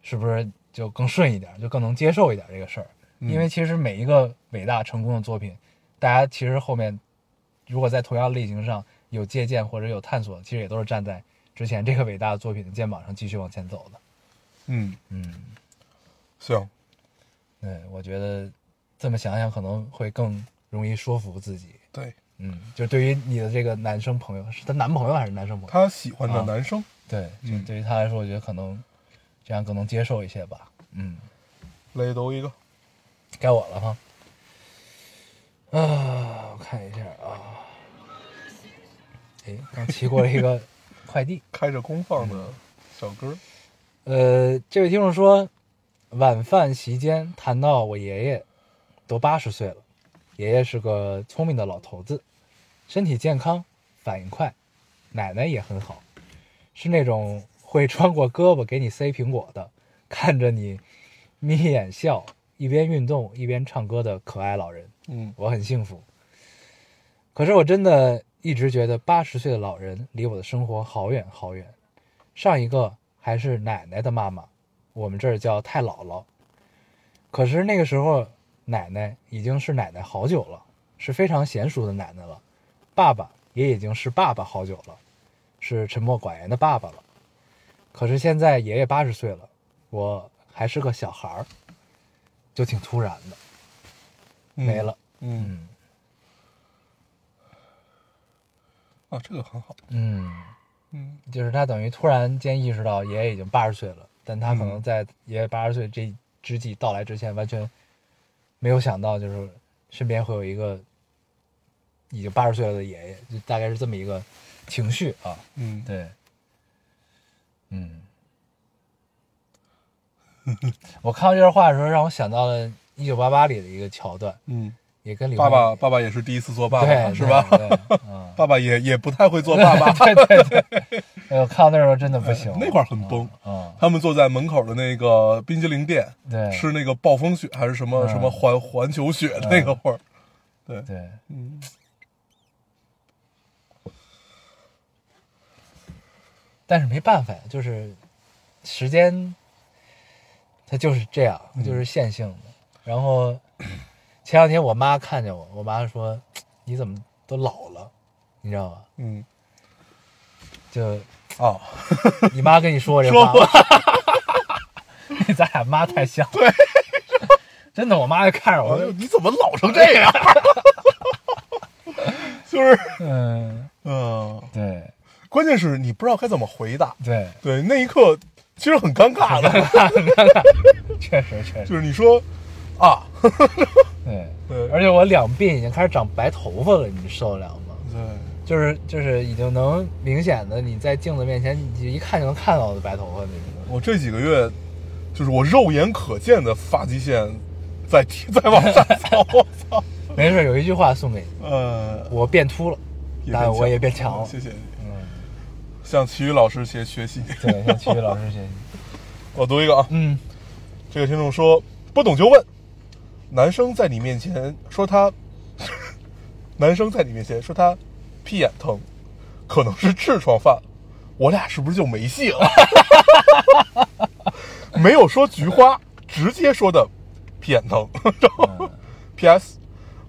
B: 是不是就更顺一点，就更能接受一点这个事儿？因为其实每一个伟大成功的作品，大家其实后面如果在同样类型上有借鉴或者有探索，其实也都是站在之前这个伟大的作品的肩膀上继续往前走的。
A: 嗯嗯，行，
B: 对，我觉得这么想想可能会更容易说服自己。
A: 对
B: 嗯，就对于你的这个男生朋友，是他男朋友还是男生朋友？
A: 他喜欢的
B: 啊
A: 男生，
B: 对，就
A: 嗯
B: 对于他来说，我觉得可能这样更能接受一些吧。嗯，
A: 雷都一个，
B: 该我了哈。啊，我看一下啊。哎，刚骑过了一个快递。
A: 开着功放的小歌儿，
B: 呃，这位听众说，晚饭席间谈到我爷爷，都八十岁了，爷爷是个聪明的老头子，身体健康，反应快，奶奶也很好，是那种会穿过胳膊给你塞苹果的，看着你眯眼笑，一边运动一边唱歌的可爱老人。
A: 嗯
B: 我很幸福。可是我真的一直觉得八十岁的老人离我的生活好远好远。上一个还是奶奶的妈妈，我们这儿叫太姥姥。可是那个时候，奶奶已经是奶奶好久了，是非常娴熟的奶奶了。爸爸也已经是爸爸好久了，是沉默寡言的爸爸了。可是现在爷爷八十岁了，我还是个小孩儿，就挺突然的，
A: 嗯
B: 没了。，
A: 嗯
B: 嗯
A: 啊，这个很好，
B: 嗯，
A: 嗯
B: 就是他等于突然间意识到爷爷已经八十岁了，但他可能
A: 嗯
B: 在爷爷八十岁这之际到来之前，完全没有想到，就是身边会有一个已经八十岁了的爷爷，就大概是这么一个情绪啊。
A: 嗯，
B: 对，嗯， 我看到这段话的时候，让我想到了《一九八八》里的一个桥段，
A: 嗯，
B: 也跟李
A: 爸
B: 焕
A: 爸爸爸也是第一次做爸爸，
B: 对
A: 是吧？？
B: 对对嗯，
A: 爸爸也也不太会做爸爸， 哎
B: 哎我看到那时候真的不行，
A: 那块儿很崩。
B: 嗯，
A: 他们坐在门口的那个冰激凌店，
B: 对，
A: 吃那个暴风雪还是什么
B: 嗯
A: 什么环环球雪的那个会儿，
B: 对，
A: 嗯，
B: 但是没办法呀，就是时间，它就是这样，就是线性的。然后前两天我妈看见我，我妈说：“你怎么都老了？”你知道吗？
A: 嗯，
B: 就
A: 哦，
B: 你妈跟你说这
A: 说
B: 话， 咱俩妈太像了。真的，我妈就看着我
A: 哎，呦，你怎么老成这样？ 就是，
B: 嗯，
A: 嗯，
B: 对
A: 关键是你不知道该怎么回答。
B: 对，
A: 对，那一刻其实很尴尬的，
B: 确实确实
A: 就是你说啊，
B: 对。
A: 对，
B: 而且我两鬓已经开始长白头发了，你受得了吗？
A: 对，
B: 就是就是已经能明显的你在镜子面前，你就一看就能看到我的白头发那种。
A: 我这几个月就是我肉眼可见的发际线在提在往 上走，我操，
B: 没事，有一句话送给你：
A: 呃，
B: 我变秃了，
A: 也变
B: 但
A: 强
B: 我也变强了。
A: 谢谢你，
B: 嗯，
A: 向齐宇老师学学习。
B: 对，向体育老师学习。
A: 我读一个啊，
B: 嗯
A: 这个听众说不懂就问，男生在你面前说他， 男生在你面前说他屁眼疼，可能是痔疮犯，我俩是不是就没戏了？ 没有说菊花，直接说的屁眼疼。 然后 P.S.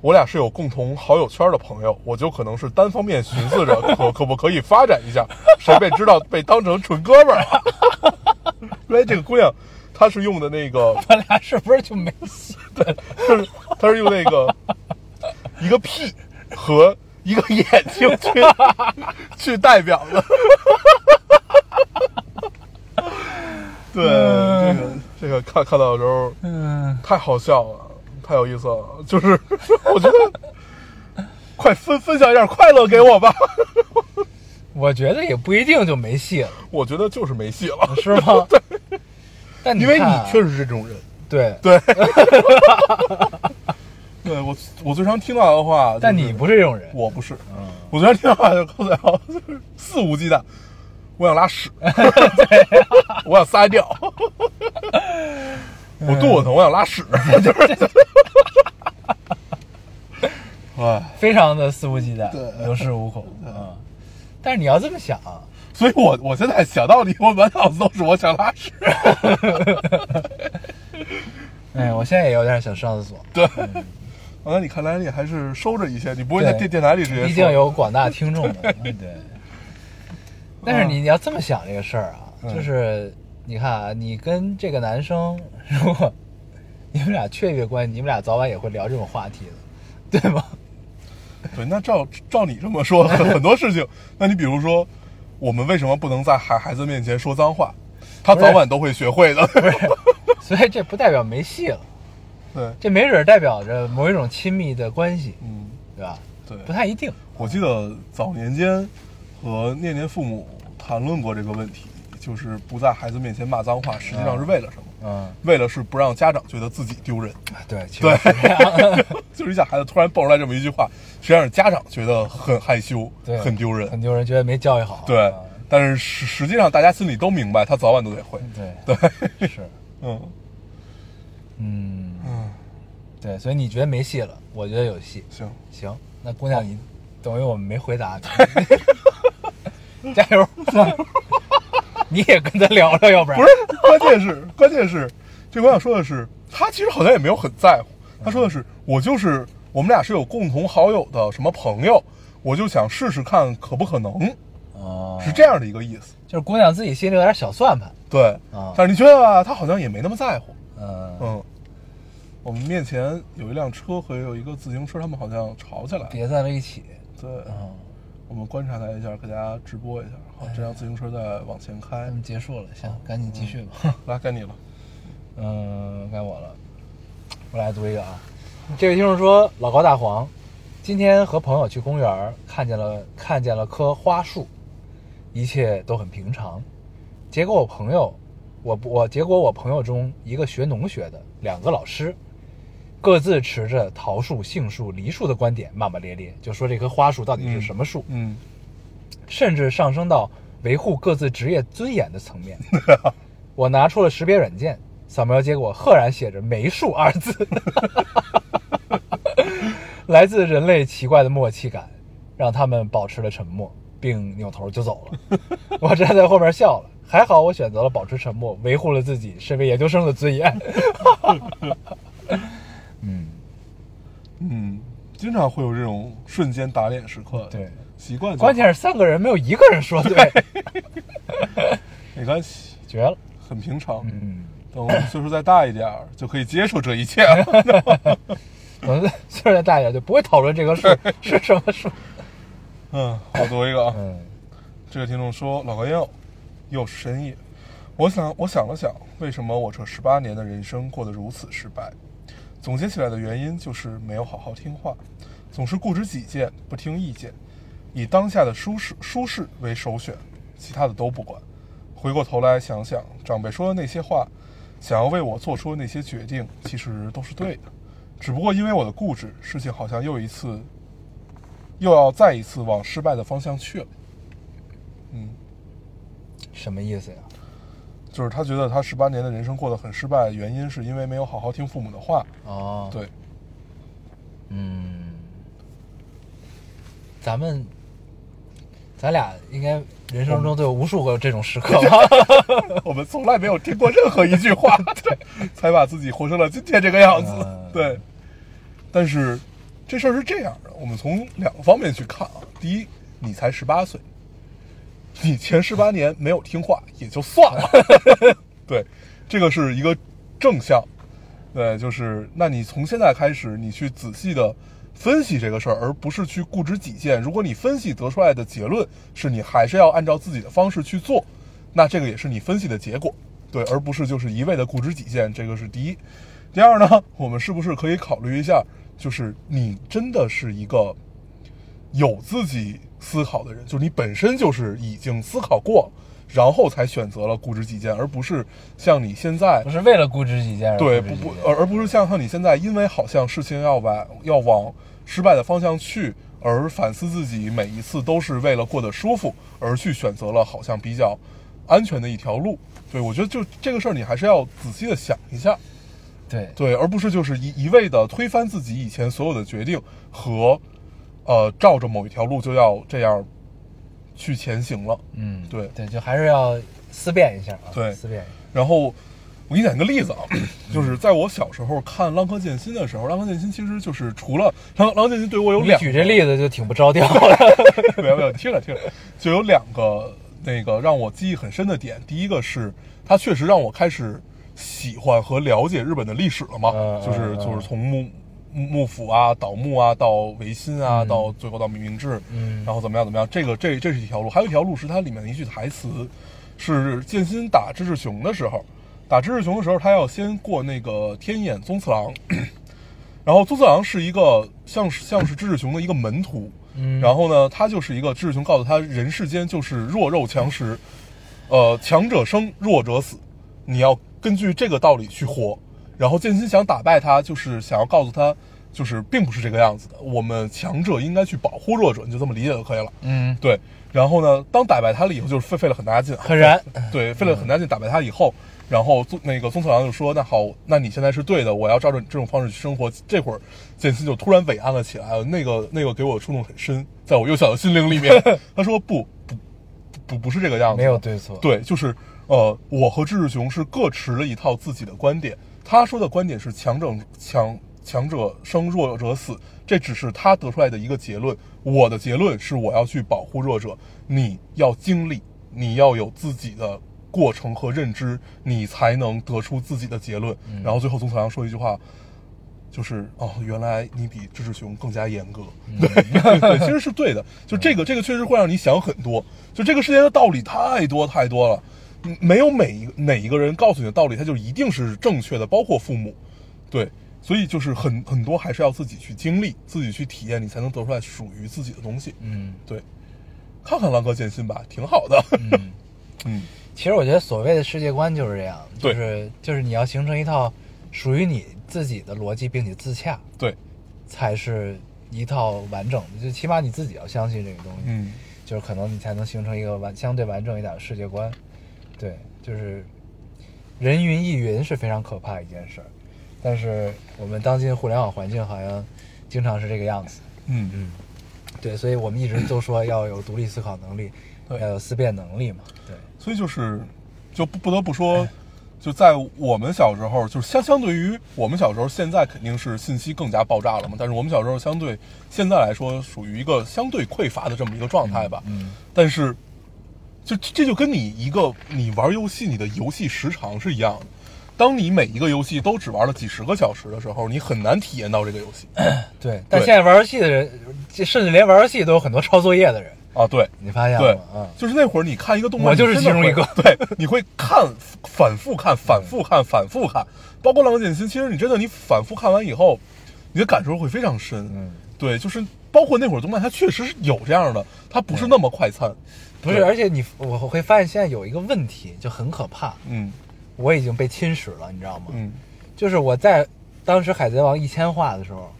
A: 我俩是有共同好友圈的朋友，我就可能是单方面寻思着可 可不可以发展一下，谁被知道被当成纯哥们儿了。 原来这个姑娘，她是用的那个
B: 咱俩是不是就没戏？
A: 他是他是用那 个一个屁和一个眼睛 去去代表的。 对，这个这个看看到的时候
B: 嗯，
A: 太好笑了，太有意思了。就是 我觉得，快分分享一点快乐给我吧。
B: 我觉得也不一定就没戏了，
A: 我觉得就是没戏了，
B: 是吗？但你
A: 因为你
B: 看啊
A: 确实是这种人。
B: 对，
A: 对，对我我最常听到的话、
B: 但
A: 就是
B: 你不是这种人。
A: 我不是，我昨天 听话就告诉我就是肆无忌惮， 我想拉屎，我想撒尿，我肚子疼，我想拉屎， 就是，哎，
B: 非常的肆无忌惮
A: 对，
B: 有恃无恐啊。但是你要这么想，
A: 所以我我现在想到你，我满脑子都是我想拉屎， 嗯
B: 哎，我现在也有点想上厕所，
A: 对。啊，那你看来你还是收着一些，你不会在
B: 对
A: 电电台里直接说。
B: 毕竟有广大听众 的，对。但是你你要这么想这个事儿啊，
A: 嗯
B: 就是你看啊，你跟这个男生如果你们俩确越关系，你们俩早晚也会聊这种话题的， 对吗？
A: 对，那照照你这么说，很很多事情，那你比如说，我们为什么不能在孩孩子面前说脏话？他
B: 不是
A: 早晚都会学会的。
B: 所以这不代表没戏了，
A: 对，
B: 这没准儿代表着某一种亲密的关系，
A: 嗯，
B: 对吧？
A: 对。
B: 不太一定。
A: 我记得早年间和念念父母谈论过这个问题，就是不在孩子面前骂脏话，实际上是为了什么？
B: 嗯，
A: 为了是不让家长觉得自己丢人。
B: 对，其实
A: 对
B: 是这样
A: 就是一下孩子突然蹦出来这么一句话，实际上是家长觉得很害羞
B: 对，
A: 很丢人。
B: 很多人觉得没教育好。
A: 对
B: 啊，
A: 但是实实际上大家心里都明白，他早晚都得会。
B: 对
A: 对，
B: 是，
A: 嗯
B: 嗯，
A: 嗯，
B: 对，所以你觉得没戏了，我觉得有戏。
A: 行。
B: 行，那姑娘你等于我们没回答你， 加油！ 你也跟他聊聊，要不然
A: 不是，关键是关键是，这我想说的是，他其实好像也没有很在乎。他说的是，我就是我们俩是有共同好友的什么朋友，我就想试试看可不可能，
B: 哦，
A: 是这样的一个意思。
B: 就是姑娘自己心里有点小算盘。
A: 对
B: 啊，
A: 但是你觉得吧，他好像也没那么在乎。
B: 嗯，
A: 嗯，我们面前有一辆车和有一个自行车，他们好像吵起来了。
B: 别在了一起。
A: 对，
B: 嗯，
A: 我们观察他一下，给大家直播一下。好，这辆自行车在往前
B: 咱
A: 开，
B: 们结束了，行，赶嗯紧继续吧。
A: 来该你了。
B: 嗯，该我了，我来读一个啊。这位听众说，老高大黄，今天和朋友去公园儿，看见了看见了棵花树，一切都很平常。结果我朋友，我不我结果我朋友中一个学农学的，两个老师，各自持着桃树、杏树、梨树的观点，骂骂咧咧，就说这棵花树到底是什么树，
A: 嗯，
B: 甚至上升到维护各自职业尊严的层面。我拿出了识别软件，扫描结果赫然写着“梅树”二字，来自人类奇怪的默契感，让他们保持了沉默，并扭头就走了。我站在后面笑了，还好我选择了保持沉默，维护了自己身为研究生的尊严。嗯，
A: 嗯，经常会有这种瞬间打脸时刻。
B: 对，
A: 习惯就好。
B: 关键是三个人没有一个人说对，
A: 没关系，
B: 绝了。
A: 很平常。
B: 嗯。
A: 等我们岁数再大一点儿，就可以接受这一 切了。
B: 我们岁数再大一点就不会讨论这个树 是什么树。
A: 嗯，我读一个啊。
B: 嗯
A: 这个听众说：“老高又又是深夜，我想我想了想，为什么我这十八年的人生过得如此失败？总结起来的原因就是没有好好听话，总是固执己见，不听意见，以当下的舒适舒适为首选，其他的都不管。回过头来想想，长辈说的那些话，想要为我做出的那些决定，其实都是对的，只不过因为我的固执，事情好像又一次，又要再一次往失败的方向去了。”嗯，
B: 什么意思呀？
A: 就是他觉得他十八年的人生过得很失败，原因是因为没有好好听父母的话。
B: 哦，，
A: 对，
B: 嗯，咱们咱俩应该人生中都有无数个这种时刻 吧？
A: 我们从来没有听过任何一句话，对，才把自己活成了今天这个样子
B: 嗯。
A: 对，但是这事儿是这样的，我们从两个方面去看啊。第一，你才十八岁，你前十八年没有听话也就算了， 对，这个是一个正向。对，就是那你从现在开始，你去仔细的分析这个事儿，而不是去固执己见。如果你分析得出来的结论是你还是要按照自己的方式去做，那这个也是你分析的结果，对，而不是就是一味的固执己见。这个是第一。第二呢，我们是不是可以考虑一下，就是你真的是一个有自己思考的人，就是你本身就是已经思考过，然后才选择了固执己见，而不是像你现在
B: 不是为了固执己见而
A: 对，
B: 固
A: 不
B: 执己
A: 不
B: 见，
A: 而而不是像像你现在，因为好像事情要往要往失败的方向去，而反思自己每一次都是为了过得舒服，而去选择了好像比较安全的一条路。对，我觉得就这个事儿，你还是要仔细的想一下。
B: 对
A: 对，而不是就是一一味的推翻自己以前所有的决定和，呃，照着某一条路就要这样去前行了。
B: 嗯，
A: 对
B: 对，就还是要思辨一下啊，
A: 对
B: 思辨一下，
A: 然后我给你讲一个例 子啊，就是在我小时候看《浪客剑心》的时候，《浪客剑心》其实就是除了《浪浪客剑心》对我有
B: 你
A: 两
B: 举这例子就挺不着调 的，
A: 没有没有，听了听了，就有两个那个让我记忆很深的点。第一个是，它确实让我开始喜欢和了解日本的历史了嘛，
B: 嗯
A: 就是
B: 嗯
A: 就是从幕幕府啊、倒幕啊，到维新啊，
B: 嗯
A: 到最后到明治，
B: 嗯
A: 然后怎么样怎么样，这个这这是一条路，还有一条路是它里面的一句台词，是剑心打志志雄的时候，打志志雄的时候，他要先过那个天眼宗次郎。 然后宗次郎是一个像是像是志志雄的一个门徒，
B: 嗯
A: 然后呢，他就是一个志志雄告诉他，人世间就是弱肉强食，呃，强者生，弱者死，你要根据这个道理去活。然后剑心想打败他，就是想要告诉他，就是并不是这个样子的，我们强者应该去保护弱者，你就这么理解就可以了。
B: 嗯，
A: 对，然后呢，当打败他了以后，就是费费了很大劲，
B: 很燃，
A: 对，费了很大劲打败他以后，然后宗那个宗次郎就说：“那好，那你现在是对的，我要照着你这种方式去生活。”这会儿剑心就突然伟岸了起来，那个那个给我触动很深，在我幼小的心灵里面， 他说：“不不不不是这个样子，
B: 没有对错，，
A: 对，就是呃，我和志志雄是各持了一套自己的观点。他说的观点是强者强强者生，弱者死，这只是他得出来的一个结论。我的结论是我要去保护弱者，你要经历，你要有自己的过程和认知，你才能得出自己的结论。然后最后宗次郎说一句话。就是哦，原来你比志志雄更加严格， 对对，其实是对的。就这个，这个确实会让你想很多。就这个世界的道理太多太多了，嗯没有每一个哪一个人告诉你的道理，他就一定是正确的，包括父母。对，所以就是很很多还是要自己去经历，自己去体验，你才能得出来属于自己的东西。
B: 嗯。
A: 对，看看《浪客剑心》吧，挺好的。
B: 嗯
A: 嗯，
B: 其实我觉得所谓的世界观就是这样，就
A: 对
B: 是就是你要形成一套属于你自己的逻辑，并且自洽，
A: 对，
B: 才是一套完整的。就起码你自己要相信这个东西，
A: 嗯，
B: 就是可能你才能形成一个完相对完整一点的世界观。对，就是人云亦云是非常可怕的一件事儿，但是我们当今互联网环境好像经常是这个样子。
A: 嗯嗯，
B: 对，所以我们一直都说要有独立思考能力，
A: 对
B: 要有思辨能力嘛。对，
A: 所以就是，就不不得不说，
B: 哎
A: 就在我们小时候，就是相相对于我们小时候，现在肯定是信息更加爆炸了嘛。但是我们小时候相对现在来说，属于一个相对匮乏的这么一个状态吧。
B: 嗯
A: 但是，就这就跟你一个你玩游戏，你的游戏时长是一样的。当你每一个游戏都只玩了几十个小时的时候，你很难体验到这个游戏
B: 对，但
A: 对
B: 现在玩游戏的人，这甚至连玩游戏都有很多抄作业的人，
A: 啊。对，
B: 你发现了
A: 对
B: 吗？嗯，，
A: 就是那会儿你看一个动漫，
B: 我就是
A: 你真
B: 其
A: 的
B: 中一个
A: 会对，你会看反复看、反复看、反复看，包括《浪客剑心》，其实你真的你反复看完以后，你的感受会非常深。
B: 嗯，
A: 对，就是包括那会儿动漫，它确实是有这样的，它不是那么快餐。
B: 不是，
A: 对
B: 而且你我会发现现在有一个问题就很可怕，
A: 嗯
B: 我已经被侵蚀了，你知道吗？
A: 嗯
B: 就是我在当时《海贼王》一千话的时候，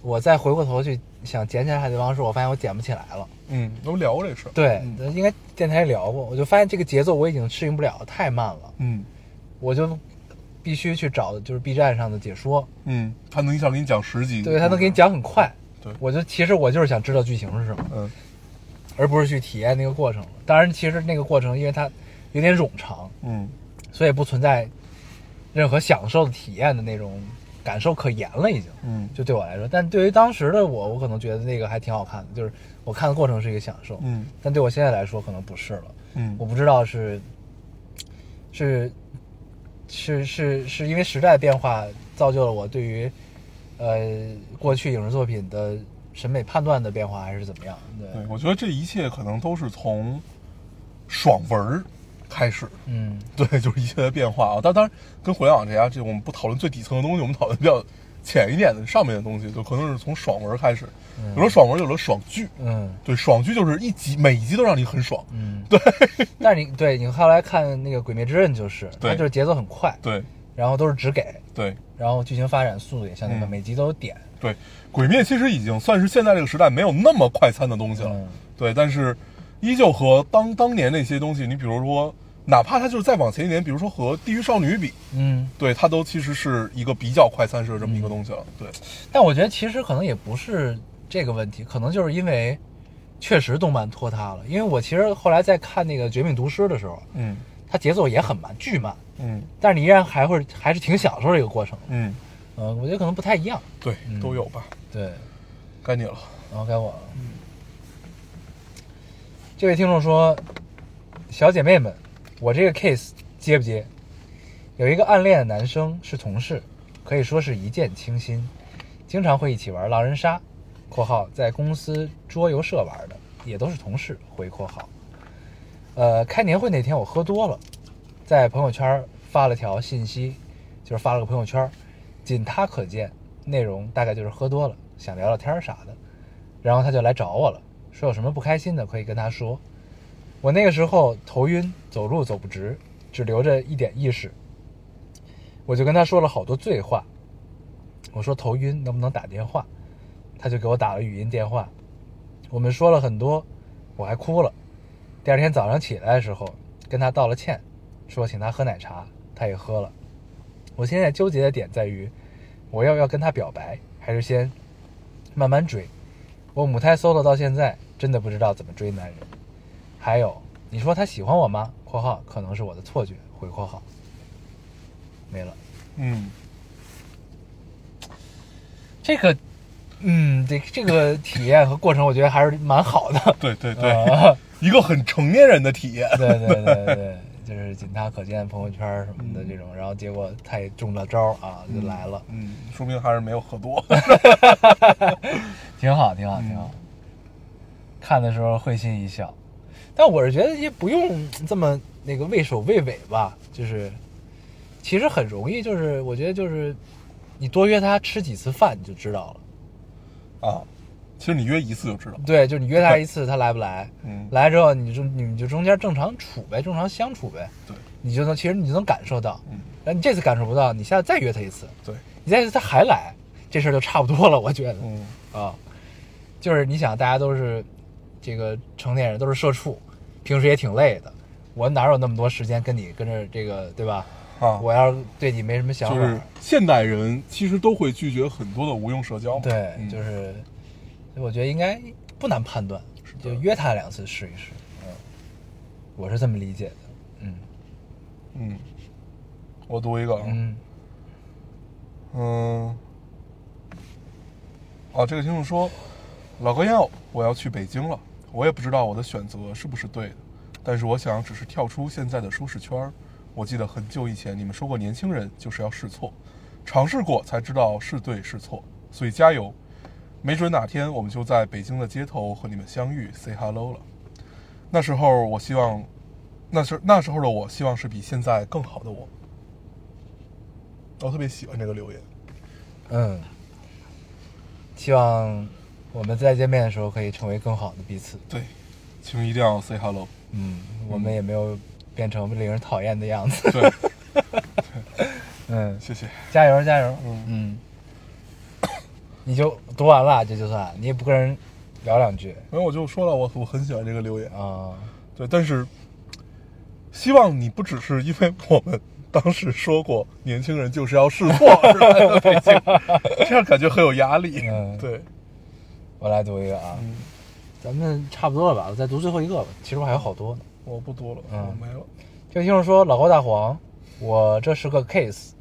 B: 我再回过头去想捡起来《海贼王》的时候，我发现我捡不起来了。
A: 嗯，我们聊过这事儿。
B: 对，
A: 嗯
B: 应该电台聊过，我就发现这个节奏我已经适应不了，太慢了，
A: 嗯
B: 我就必须去找就是 B 站上的解说，
A: 嗯，他能一下给你讲十集，
B: 对，他能给你。讲很快。
A: 嗯对
B: 我就其实我就是想知道剧情是什么。
A: 嗯
B: 而不是去体验那个过程。当然，其实那个过程因为它有点冗长，
A: 嗯
B: 所以不存在任何享受的体验的那种感受可言了，已经。
A: 嗯
B: 就对我来说，但对于当时的我，我可能觉得那个还挺好看的，就是我看的过程是一个享受。
A: 嗯
B: 但对我现在来说，可能不是了。
A: 嗯
B: 我不知道是是是是是因为时代变化造就了我对于呃过去影视作品的审美判断的变化，还是怎么样？对，
A: 嗯对，我觉得这一切可能都是从爽文儿开始。
B: 嗯。
A: 对，就是一切的变化啊。但当然，跟互联网这家，这我们不讨论最底层的东西，我们讨论比较浅一点的上面的东西，就可能是从爽文开始。有了爽文，有了爽剧。
B: 嗯
A: 对，爽剧就是一集，每一集都让你很爽。
B: 嗯，对。 但是你对你后来看那个《鬼灭之刃》，就是它
A: 对
B: 就是节奏很快，
A: 对，
B: 然后都是只给，
A: 对，
B: 然后剧情发展速度也相对慢，
A: 嗯
B: 每集都有点。
A: 对，鬼灭其实已经算是现在这个时代没有那么快餐的东西了。
B: 嗯
A: 对，但是依旧和当当年那些东西，你比如说哪怕他就是再往前一点，比如说和《地狱少女》比，
B: 嗯，
A: 对他都其实是一个比较快餐式的这么一个东西了。对，
B: 但我觉得其实可能也不是这个问题，可能就是因为确实动漫拖沓了。因为我其实后来在看那个《绝命毒师》的时候，
A: 嗯
B: 它节奏也很慢，巨慢，
A: 嗯
B: 但是你依然还会还是挺享受这个过程的。
A: 嗯，
B: 嗯、我觉得可能不太一样。
A: 对，都有吧，
B: 对，
A: 该你了。
B: 然后该我了。这位听众说：“小姐妹们，我这个 case 接不接？有一个暗恋的男生是同事，可以说是一见倾心，经常会一起玩狼人杀（括号在公司桌游社玩的，也都是同事）回括号。呃，开年会那天我喝多了，在朋友圈发了条信息，就是发了个朋友圈，仅他可见，内容大概就是喝多了，想聊聊天儿啥的。然后他就来找我了，说有什么不开心的可以跟他说。我那个时候头晕，走路走不直，只留着一点意识。我就跟他说了好多醉话，我说头晕能不能打电话，他就给我打了语音电话，我们说了很多，我还哭了。第二天早上起来的时候，跟他道了歉，说请他喝奶茶，他也喝了。我现在纠结的点在于，我要不要跟他表白，还是先慢慢追？我母胎 solo 到现在，真的不知道怎么追男人。还有，你说他喜欢我吗？（括号可能是我的错觉。）回括号，没了。
A: 嗯，
B: 这个，嗯，这这个体验和过程，我觉得还是蛮好的。
A: 对对对，
B: 啊
A: 一个很成年人的体验。
B: 对对对对对，就是仅他可见朋友圈什么的这种，然后结果他也中了招啊，就来了，
A: 嗯，说明还是没有 喝多。
B: 挺好，挺好，挺好。
A: 嗯
B: 看的时候会心一笑，但我是觉得也不用这么那个畏首畏尾吧，就是其实很容易，就是我觉得就是你多约他吃几次饭你就知道了。
A: 啊，其实你约一次就知道。
B: 对，就是你约他一次，他来不来？
A: 嗯
B: 来之后你就你们就中间正常处呗，正常相处呗，
A: 对，
B: 你就能其实你就能感受到。
A: 嗯，
B: 然后你这次感受不到，你下次再约他一次，
A: 对，
B: 你再约他还来，这事儿就差不多了，我觉得。
A: 嗯
B: 啊，就是你想，大家都是这个成年人，都是社畜，平时也挺累的，我哪有那么多时间跟你跟着这个，对吧？
A: 啊，
B: 我要是对你没什么想法，
A: 就是现代人其实都会拒绝很多的无用社交嘛。
B: 对，
A: 嗯
B: 就是我觉得应该不难判断，就约他两次试一试。嗯，我是这么理解的。嗯
A: 嗯，我读一个啊，
B: 嗯
A: 嗯，哦，这个听众说，老高要我要去北京了，我也不知道我的选择是不是对的，但是我想只是跳出现在的舒适圈儿。我记得很久以前你们说过，年轻人就是要试错，尝试过才知道是对是错，所以加油，没准哪天我们就在北京的街头和你们相遇，say hello 了。那时候我希望，那时那时候的我希望是比现在更好的我。我特别喜欢这个留言，
B: 嗯，希望我们再见面的时候可以成为更好的彼此。
A: 对，请一定要 say hello。
B: 嗯，我们也没有变成令人讨厌的样子。
A: 对，
B: 嗯，
A: 谢谢。
B: 加油加油。
A: 嗯
B: 嗯，你就读完了，这就算你也不跟人聊两句
A: 然后我就说了，我我很喜欢这个留言啊。
B: 啊。
A: 对，但是希望你不只是因为我们当时说过年轻人就是要试 错，是吧北京这样感觉很有压力。
B: 嗯
A: 对，
B: 我来读一个啊，
A: 嗯，
B: 咱们差不多了吧？我再读最后一个吧，其实我还有好多呢。
A: 我不多了，
B: 嗯
A: 我没了。
B: 这位听众说：“老高大黄，我这是个 case，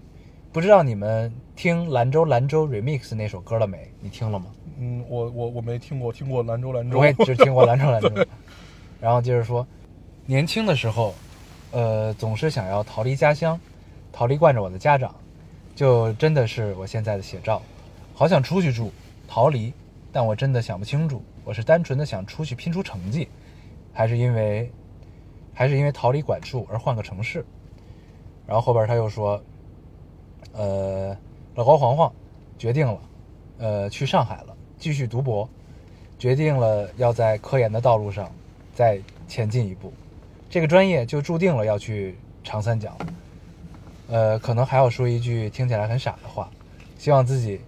B: 不知道你们听兰州兰州 remix 那首歌了没？你听了吗？
A: 嗯，我我我没听过，听过兰州兰州
B: 我。也只听过兰州兰州。然后接着说，年轻的时候，呃，总是想要逃离家乡，逃离惯着我的家长，就真的是我现在的写照。好想出去住，逃离，但我真的想不清楚，我是单纯的想出去拼出成绩，还是因为，还是因为逃离管束而换个城市。然后后边他又说，呃，老高黄黄决定了，呃，去上海了，继续读博，决定了要在科研的道路上再前进一步。这个专业就注定了要去长三角。呃，可能还要说一句听起来很傻的话，希望自己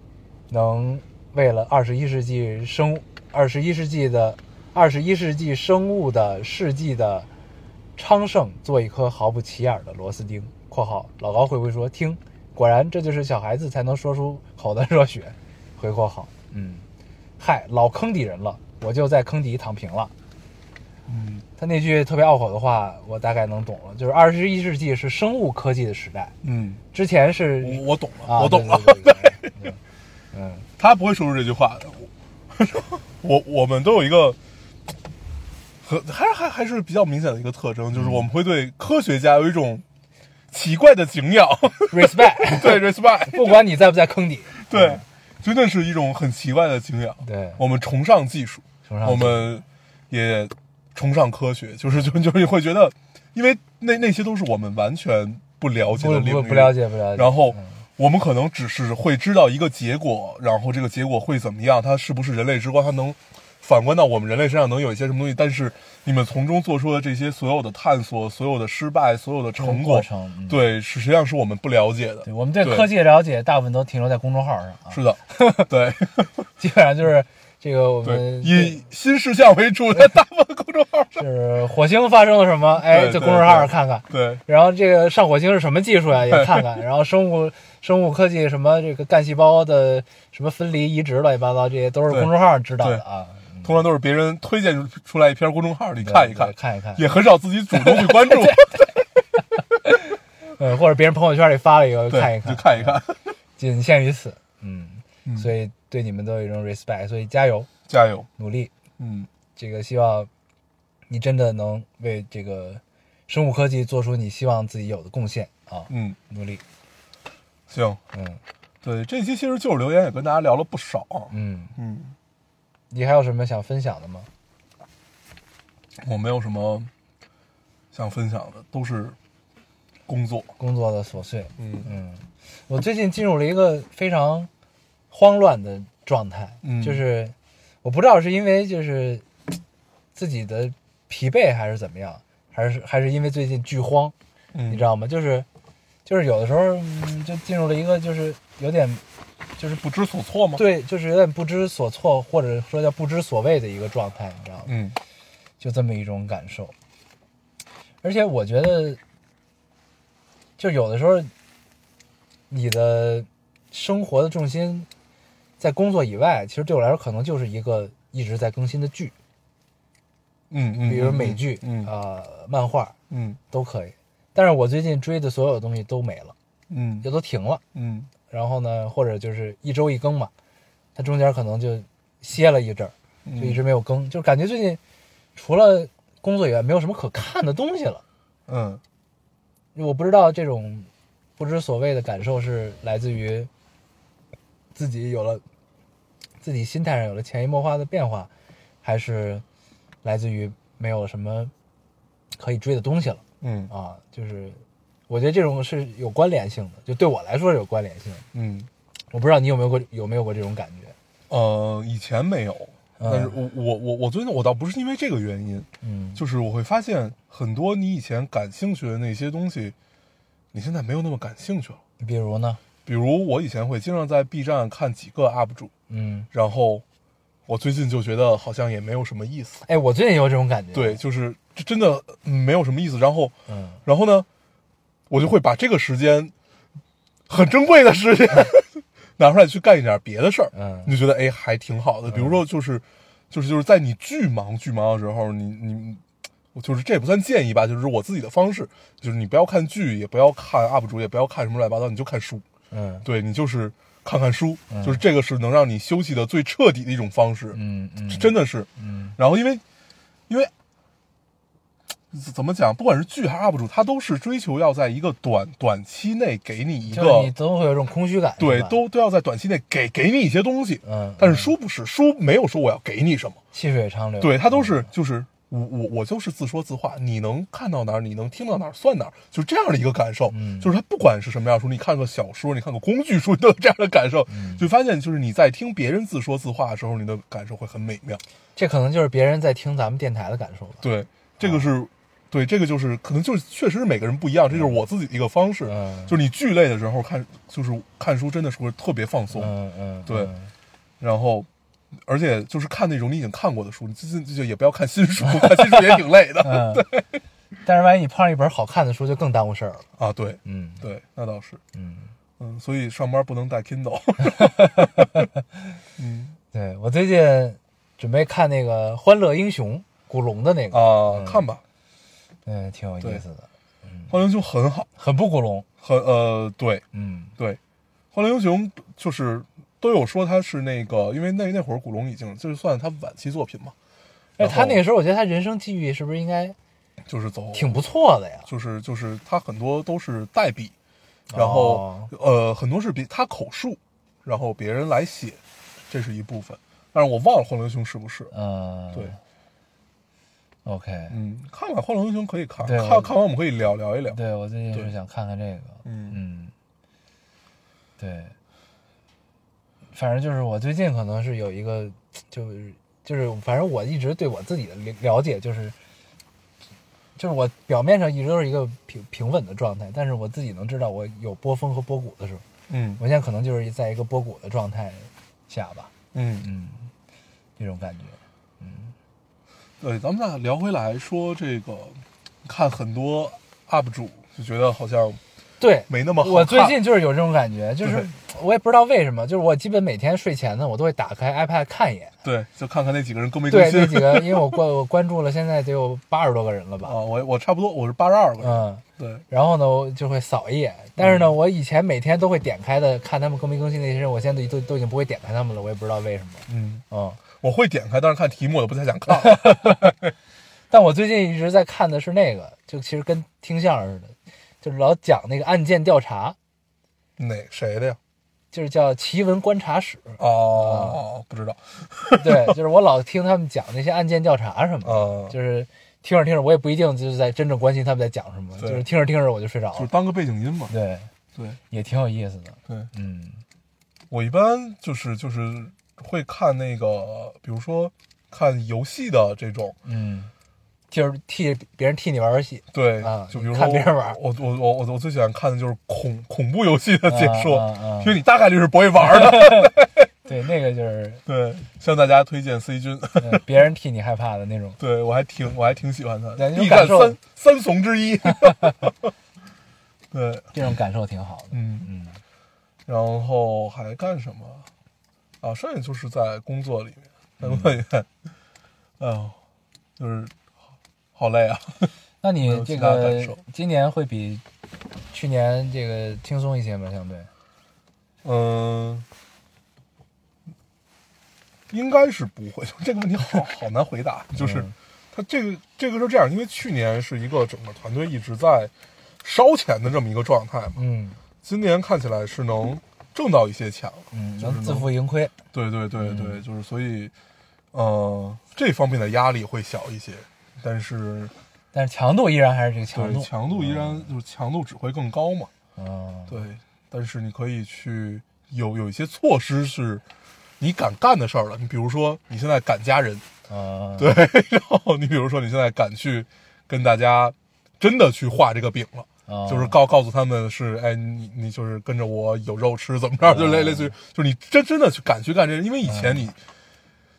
B: 能为了二十一世纪生物、二十一世纪的二十一世纪生物的世纪的昌盛做一颗毫不起眼的螺丝钉。（括号老高会不会说听？果然这就是小孩子才能说出口的热血。）回括号，嗯，嗨，老坑底人了，我就在坑底躺平了。
A: 嗯，
B: 他那句特别拗口的话，我大概能懂了，就是二十一世纪是生物科技的时代，
A: 嗯，
B: 之前是
A: 我我懂了，
B: 啊，
A: 我懂了。
B: 对对对对对嗯，
A: 他不会说出这句话的。 我我我们都有一个和还还还是比较明显的一个
B: 嗯
A: 特征，就是我们会对科学家有一种奇怪的敬 仰，
B: respect，
A: 对 respect，
B: 不管你在不在坑底，
A: 对，真的是一种很奇怪的敬仰。
B: 对
A: 我们崇尚技术，
B: 崇尚技术
A: 我们也崇尚科学，就是就就是会觉得，因为那那些都是我们完全不了解
B: 不
A: 的领
B: 不
A: 域，
B: 不了解不了解。
A: 然后我们可能只是会知道一个结果，然后这个结果会怎么样，它是不是人类之光，它能反观到我们人类身上能有一些什么东西。但是你们从中做出的这些所有的探索、所有的失败、所有的成果，
B: 过程嗯
A: 对，是实际上是我们不了解的
B: 对。我们对
A: 对
B: 科技的了解大部分都停留在公众号上啊，
A: 是的， 对
B: 基本上就是这个我
A: 对，
B: 们
A: 以新事项为主的大部分公众
B: 嗯
A: 号上，
B: 就是火星发生了什么，哎，
A: 对
B: 在
A: 对
B: 公众号上看看。
A: 对
B: 然后这个上火星是什么技术啊， 也看看。然后生物生物科技什么这个干细胞的什么分离移植乱七八糟，这些都是
A: 对
B: 公众号上知道的啊。
A: 通常都是别人推荐出出来一篇公众号，你看一看
B: 对，看一看，
A: 也很少自己主动去 关注，
B: 嗯，或者别人朋友圈里发了一个
A: 对，
B: 看一
A: 就
B: 看，
A: 看一看，
B: 仅限于此。嗯，
A: 嗯
B: 所以对你们都有一种 respect，所以加油
A: 加油，
B: 努力。
A: 嗯，
B: 这个希望你真的能为这个生物科技做出你希望自己有的贡献啊，
A: 嗯，
B: 努力。
A: 行，
B: 嗯
A: 对，这期其实就是留言，也跟大家聊了不少。
B: 嗯，
A: 嗯，
B: 你还有什么想分享的吗？
A: 我没有什么想分享的，都是工作。
B: 工作的琐碎。
A: 嗯
B: 嗯，我最近进入了一个非常慌乱的状态，
A: 嗯
B: 就是我不知道是因为就是嘖自己的疲惫还是怎么样，还是还是因为最近剧荒，
A: 嗯，
B: 你知道吗？就是就是有的时候、嗯、就进入了一个就是有点就是
A: 不知所措吗？，
B: 对，就是有点不知所措，或者说叫不知所谓的一个状态，你知道吗？
A: 嗯
B: 就这么一种感受。而且我觉得，就有的时候，你的生活的重心在工作以外，其实对我来说可能就是一个一直在更新的剧，
A: 嗯嗯，
B: 比如美剧、
A: 嗯
B: 啊、漫画
A: 嗯
B: 都可以。但是我最近追的所有东西都没了，
A: 嗯
B: 就都停了。
A: 嗯
B: 然后呢，或者就是一周一更嘛，它中间可能就歇了一阵儿，
A: 嗯，
B: 就一直没有更，就感觉最近除了工作以外，没有什么可看的东西了。
A: 嗯
B: 我不知道这种不知所谓的感受是来自于自己有了自己心态上有了潜移默化的变化，还是来自于没有什么可以追的东西了
A: 嗯
B: 啊？就是我觉得这种是有关联性的，就对我来说是有关联性的。
A: 嗯
B: 我不知道你有没有过有没有过这种感觉？
A: 呃，以前没有，但是我我我我最近我倒不是因为这个原因，
B: 嗯，
A: 就是我会发现很多你以前感兴趣的那些东西，你现在没有那么感兴趣了。
B: 比如呢？
A: 比如我以前会经常在 B 站看几个 UP 主，
B: 嗯，
A: 然后我最近就觉得好像也没有什么意思。
B: 哎，我最近有这种感觉。
A: 对，，就是这真的没有什么意思。然后，
B: 嗯，
A: 然后呢，我就会把这个时间，很珍贵的时间， 拿出来去干一点别的事儿。
B: 嗯
A: 你就觉得哎还挺好的。比如说就是，就是就是在你巨忙巨忙的时候，你你。我就是这也不算建议吧，就是我自己的方式，就是你不要看剧，也不要看 UP 主，也不要看什么乱七八糟，你就看书。
B: 嗯
A: 对你就是看看书，就是这个是能让你休息的最彻底的一种方式，
B: 嗯嗯
A: 是真的是。
B: 嗯
A: 然后因为因为怎么讲，不管是剧还是 UP 主，他都是追求要在一个短短期内给你一
B: 就是你
A: 个
B: 总会有一种空虚感。
A: 对
B: 是，吧
A: 都都要在短期内给给你一些东西。
B: 嗯，
A: 但是书不是，书没有说我要给你什么，
B: 细水长流。嗯
A: 对他都是就是。我我我就是自说自话，你能看到哪儿，你能听到哪儿，算哪儿，就是这样的一个感受。
B: 嗯
A: 就是他不管是什么样的书，你看个小说，你看个工具书，你 都有这样的感受，
B: 嗯
A: 就发现就是你在听别人自说自话的时候，你的感受会很美妙。
B: 这可能就是别人在听咱们电台的感受吧。
A: 对，这个是，对，这个就是可能就是确实是每个人不一样，这就是我自己的一个方式。
B: 嗯
A: 就是你剧累的时候看，就是看书真的是会特别放松，
B: 嗯嗯，
A: 对
B: 嗯
A: 然后。而且 就是看那种你已经看过的书，你最近就也不要看新书，看新书也挺累的。
B: 嗯，但是万一你碰上一本好看的书，就更耽误事儿了。
A: 啊，对
B: 嗯
A: 对，那倒是，
B: 嗯，
A: 嗯，所以上班不能带 Kindle，嗯
B: 对我最近准备看那个《欢乐英雄》古龙的那个，
A: 啊，看吧，
B: 嗯，挺有意思的，嗯
A: 《欢乐英雄》很好，
B: 很不古龙。
A: 很呃，对
B: 嗯
A: 对，《欢乐英雄》就是都有说他是那个，因为那那会儿古龙已经就是算他晚期作品嘛，
B: 哎，
A: 然后
B: 他那个时候，我觉得他人生际遇是不是应该
A: 就是走
B: 挺不错的呀？
A: 就是就是他很多都是代笔，
B: 哦
A: 然后、呃很多是别他口述，然后别人来写，这是一部分。但是我忘了《欢乐英雄》是不是？
B: 嗯，
A: 对，
B: ，OK，
A: 嗯，看完《欢乐英雄》可以看，
B: 对
A: 看
B: 我
A: 看完我们可以聊聊一聊。
B: 对我最近是
A: 对
B: 想看看这个，
A: 嗯
B: 嗯，对，反正就是我最近可能是有一个，就是就是反正我一直对我自己的了解就是，就是我表面上一直都是一个平平稳的状态，但是我自己能知道我有波峰和波谷的时候，
A: 嗯
B: 我现在可能就是在一个波谷的状态下吧，
A: 嗯，
B: 嗯，这种感觉，
A: 对，呃咱们再聊回来说这个，看很多 UP 主就觉得好像
B: 对，
A: 没那么好看。
B: 我最近就是有这种感觉，就是
A: 对
B: 我也不知道为什么，就是我基本每天睡前呢，我都会打开 iPad 看一眼。
A: 对，就看看那几个人更没更
B: 对
A: 新
B: 那几个，因为我关我关注了，现在得有八十多个人了
A: 啊，
B: 吧？
A: 我我差不多我是八十二个人，
B: 嗯，
A: 对，
B: 然后呢，我就会扫一眼。但是呢，
A: 嗯
B: 我以前每天都会点开的，看他们更没更新那些人，我现在都都已经不会点开他们了，我也不知道为什么。
A: 嗯，
B: 嗯，
A: 我会点开，但是看题目我都不太想 看。
B: 但我最近一直在看的是那个，就其实跟听相声似的，就是老讲那个案件调查，
A: 哪谁的呀？
B: 就是叫《奇闻观察 室》。嗯
A: 哦，不知道，
B: 对，就是我老听他们讲那些案件调查什么的。
A: 呃，
B: 就是听着听着，我也不一定就是在真正关心他们在讲什么，就
A: 对
B: 是听着听着我就睡着
A: 就是
B: 了。
A: 当个背景音嘛。
B: 对，
A: 对
B: 也挺有意思的。
A: 对，
B: 嗯
A: 我一般就是就是会看那个，比如说看游戏的这种，
B: 嗯，就是替别人替你玩游 戏
A: 对，
B: 啊
A: 就比如
B: 你
A: 说
B: 看别人玩儿
A: 我我我我我最喜欢看的就是恐恐怖游戏的解说，
B: 啊啊啊
A: 因为你大概率 是不会玩儿的。
B: 对，那个就是、
A: 对，向大家推荐 C 君，
B: 呃、别人替你害怕的那种。
A: 对我还挺我还挺喜欢他
B: 对
A: 的，
B: 那种
A: 力战
B: 感受
A: 三三怂 之一。对，
B: 这种感受挺好的。
A: 嗯，
B: 嗯，
A: 然后还干什么？啊，剩下就是在工作里面，在工作里面，
B: 嗯
A: 哎呦，就是好好累啊。
B: 那
A: 没
B: 你
A: 有
B: 这
A: 其他感
B: 个
A: 受
B: 今年会比去年这个轻松一些吗？相对，
A: 嗯，应该是不会。这个问题好好难回答，就是
B: 嗯
A: 他这个这个是这样，因为去年是一个整个团队一直在烧钱的这么一个状态嘛，
B: 嗯
A: 今年看起来是能挣到一些钱了。
B: 嗯，
A: 就是
B: 能自负盈亏。
A: 对对对
B: 嗯
A: 对，就是所以，呃，这方面的压力会小一些，但是
B: 但是强度依然还是这个强
A: 对
B: 度，
A: 强度依然就是强度只会更高嘛。
B: 嗯，
A: 对，但是你可以去有有一些措施是你敢干的事儿了。你比如说，你现在敢加人，
B: 嗯，
A: 对， 然后你比如说你现在敢去跟大家真的去画这个饼了。
B: 嗯，
A: 就是告告诉他们是，哎，你你就是跟着我有肉吃，怎么着，就类类似于，就是你真真的去敢去干这，因为以前你，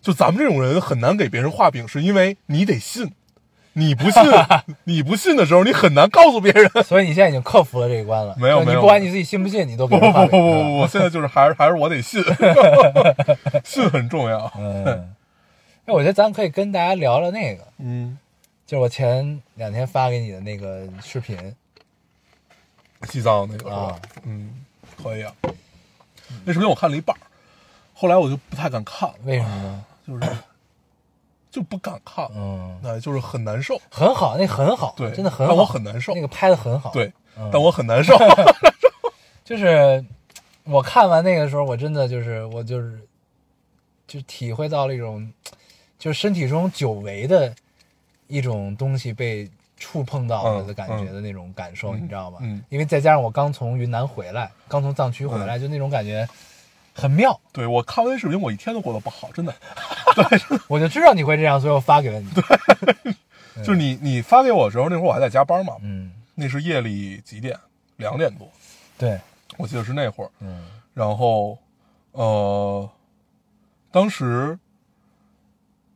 A: 就咱们这种人很难给别人画饼，是因为你得信，你不信，你不信的时候，你很难告诉别人，
B: 所以你现在已经克服了这一关了。
A: 没有
B: 就
A: 没
B: 你
A: 有
B: 不管你自己信不信，你都
A: 不不
B: 给他发
A: 不不
B: 给他
A: 不不，现在就是还是还是我得信， 信很重要。
B: 嗯，哎，我觉得咱可以跟大家聊聊那个，
A: 嗯，
B: 就是我前两天发给你的那个视频
A: 西藏那个是吧
B: 啊？，
A: 嗯，可以啊。那视频我看了一半儿，后来我就不太敢看了，
B: 为什么呢？
A: 就是就不敢看，
B: 嗯，
A: 那就是很难受。
B: 很好，那很好，
A: 对，
B: 真的很好，
A: 但我很难受
B: 那。个拍的很好，
A: 对，
B: 嗯，
A: 但我很难 受。
B: 就是我看完那个时候，我真的就是我就是就体会到了一种，就是身体中久违的一种东西被触碰到了
A: 嗯
B: 的感觉
A: 嗯
B: 的那种感受，
A: 嗯
B: 你知道吗？
A: 嗯
B: 因为再加上我刚从云南回来，刚从藏区回来，就那种感觉很妙。
A: 对我看完那视频，我一天都过得不好，真的。
B: 我就知道你会这样，所以我发给了你。
A: 就是你你发给我的时候，那会儿我还在加班嘛，
B: 嗯，
A: 那是夜里几点？两点多，
B: 对，
A: 我记得是那会儿。
B: 嗯
A: 然后，呃，当时，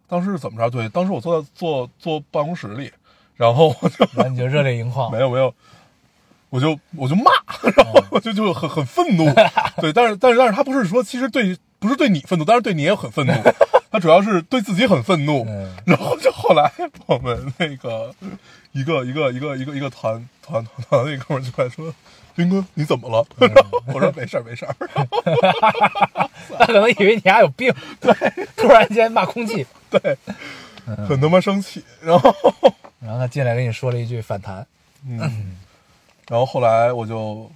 A: 当时是怎么着？对，当时我坐在坐坐办公室里，然后我就
B: 然后你就热泪盈眶
A: 没。有没有，我就我就骂，然后我就就很很愤怒，对，但是但是但是他不是说其实对不是对你愤怒，但是对你也很愤怒，他主要是对自己很愤怒
B: 嗯，
A: 然后就后来我们那个一个一个一个一个一个团团团那哥们儿就过来说。斌哥，你怎么了？然后我说没事儿，没事儿。然后
B: 他可能以为你还有病，对，突然间骂空气，
A: 对，很他妈生气。然后，
B: 然后他进来跟你说了一句反弹，
A: 嗯， 然后后来我就，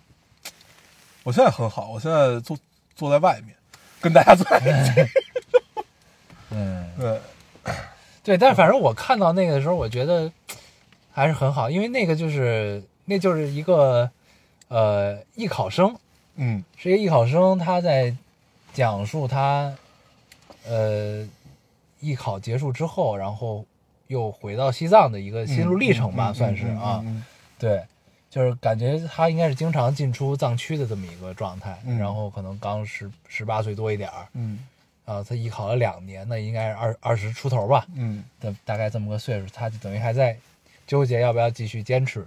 A: 我现在很好，我现在坐坐在外面，跟大家坐在一 起。
B: 嗯，
A: 对，
B: 对，但是反正我看到那个的时候，我觉得还是很好，因为那个就是那就是一个呃艺考生，
A: 嗯
B: 是一个艺考生，他在讲述他呃艺考结束之后，然后又回到西藏的一个心路历程吧，算是啊，
A: 嗯
B: 对，就是感觉他应该是经常进出藏区的这么一个状态，
A: 嗯
B: 然后可能刚十十八岁多一点儿
A: 嗯
B: 啊，他艺考了两年，那应该是二二十出头吧，
A: 嗯
B: 的大概这么个岁数，他就等于还在纠结要不要继续坚持，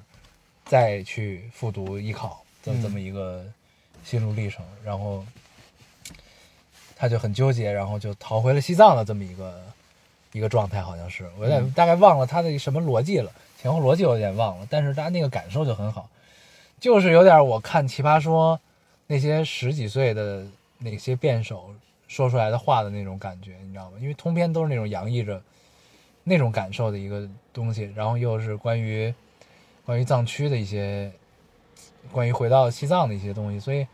B: 再去复读艺考的
A: 嗯
B: 这么一个心路历程，然后他就很纠结，然后就逃回了西藏的这么一个一个状态，好像是我有点大概忘了他的什么逻辑了，前后逻辑我有点忘了，但是他那个感受就很好，就是有点我看《奇葩说》那些十几岁的那些辩手说出来的话的那种感觉，你知道吗？因为通篇都是那种洋溢着那种感受的一个东西，然后又是关于关于藏区的一些，关于回到西藏的一些东西，所以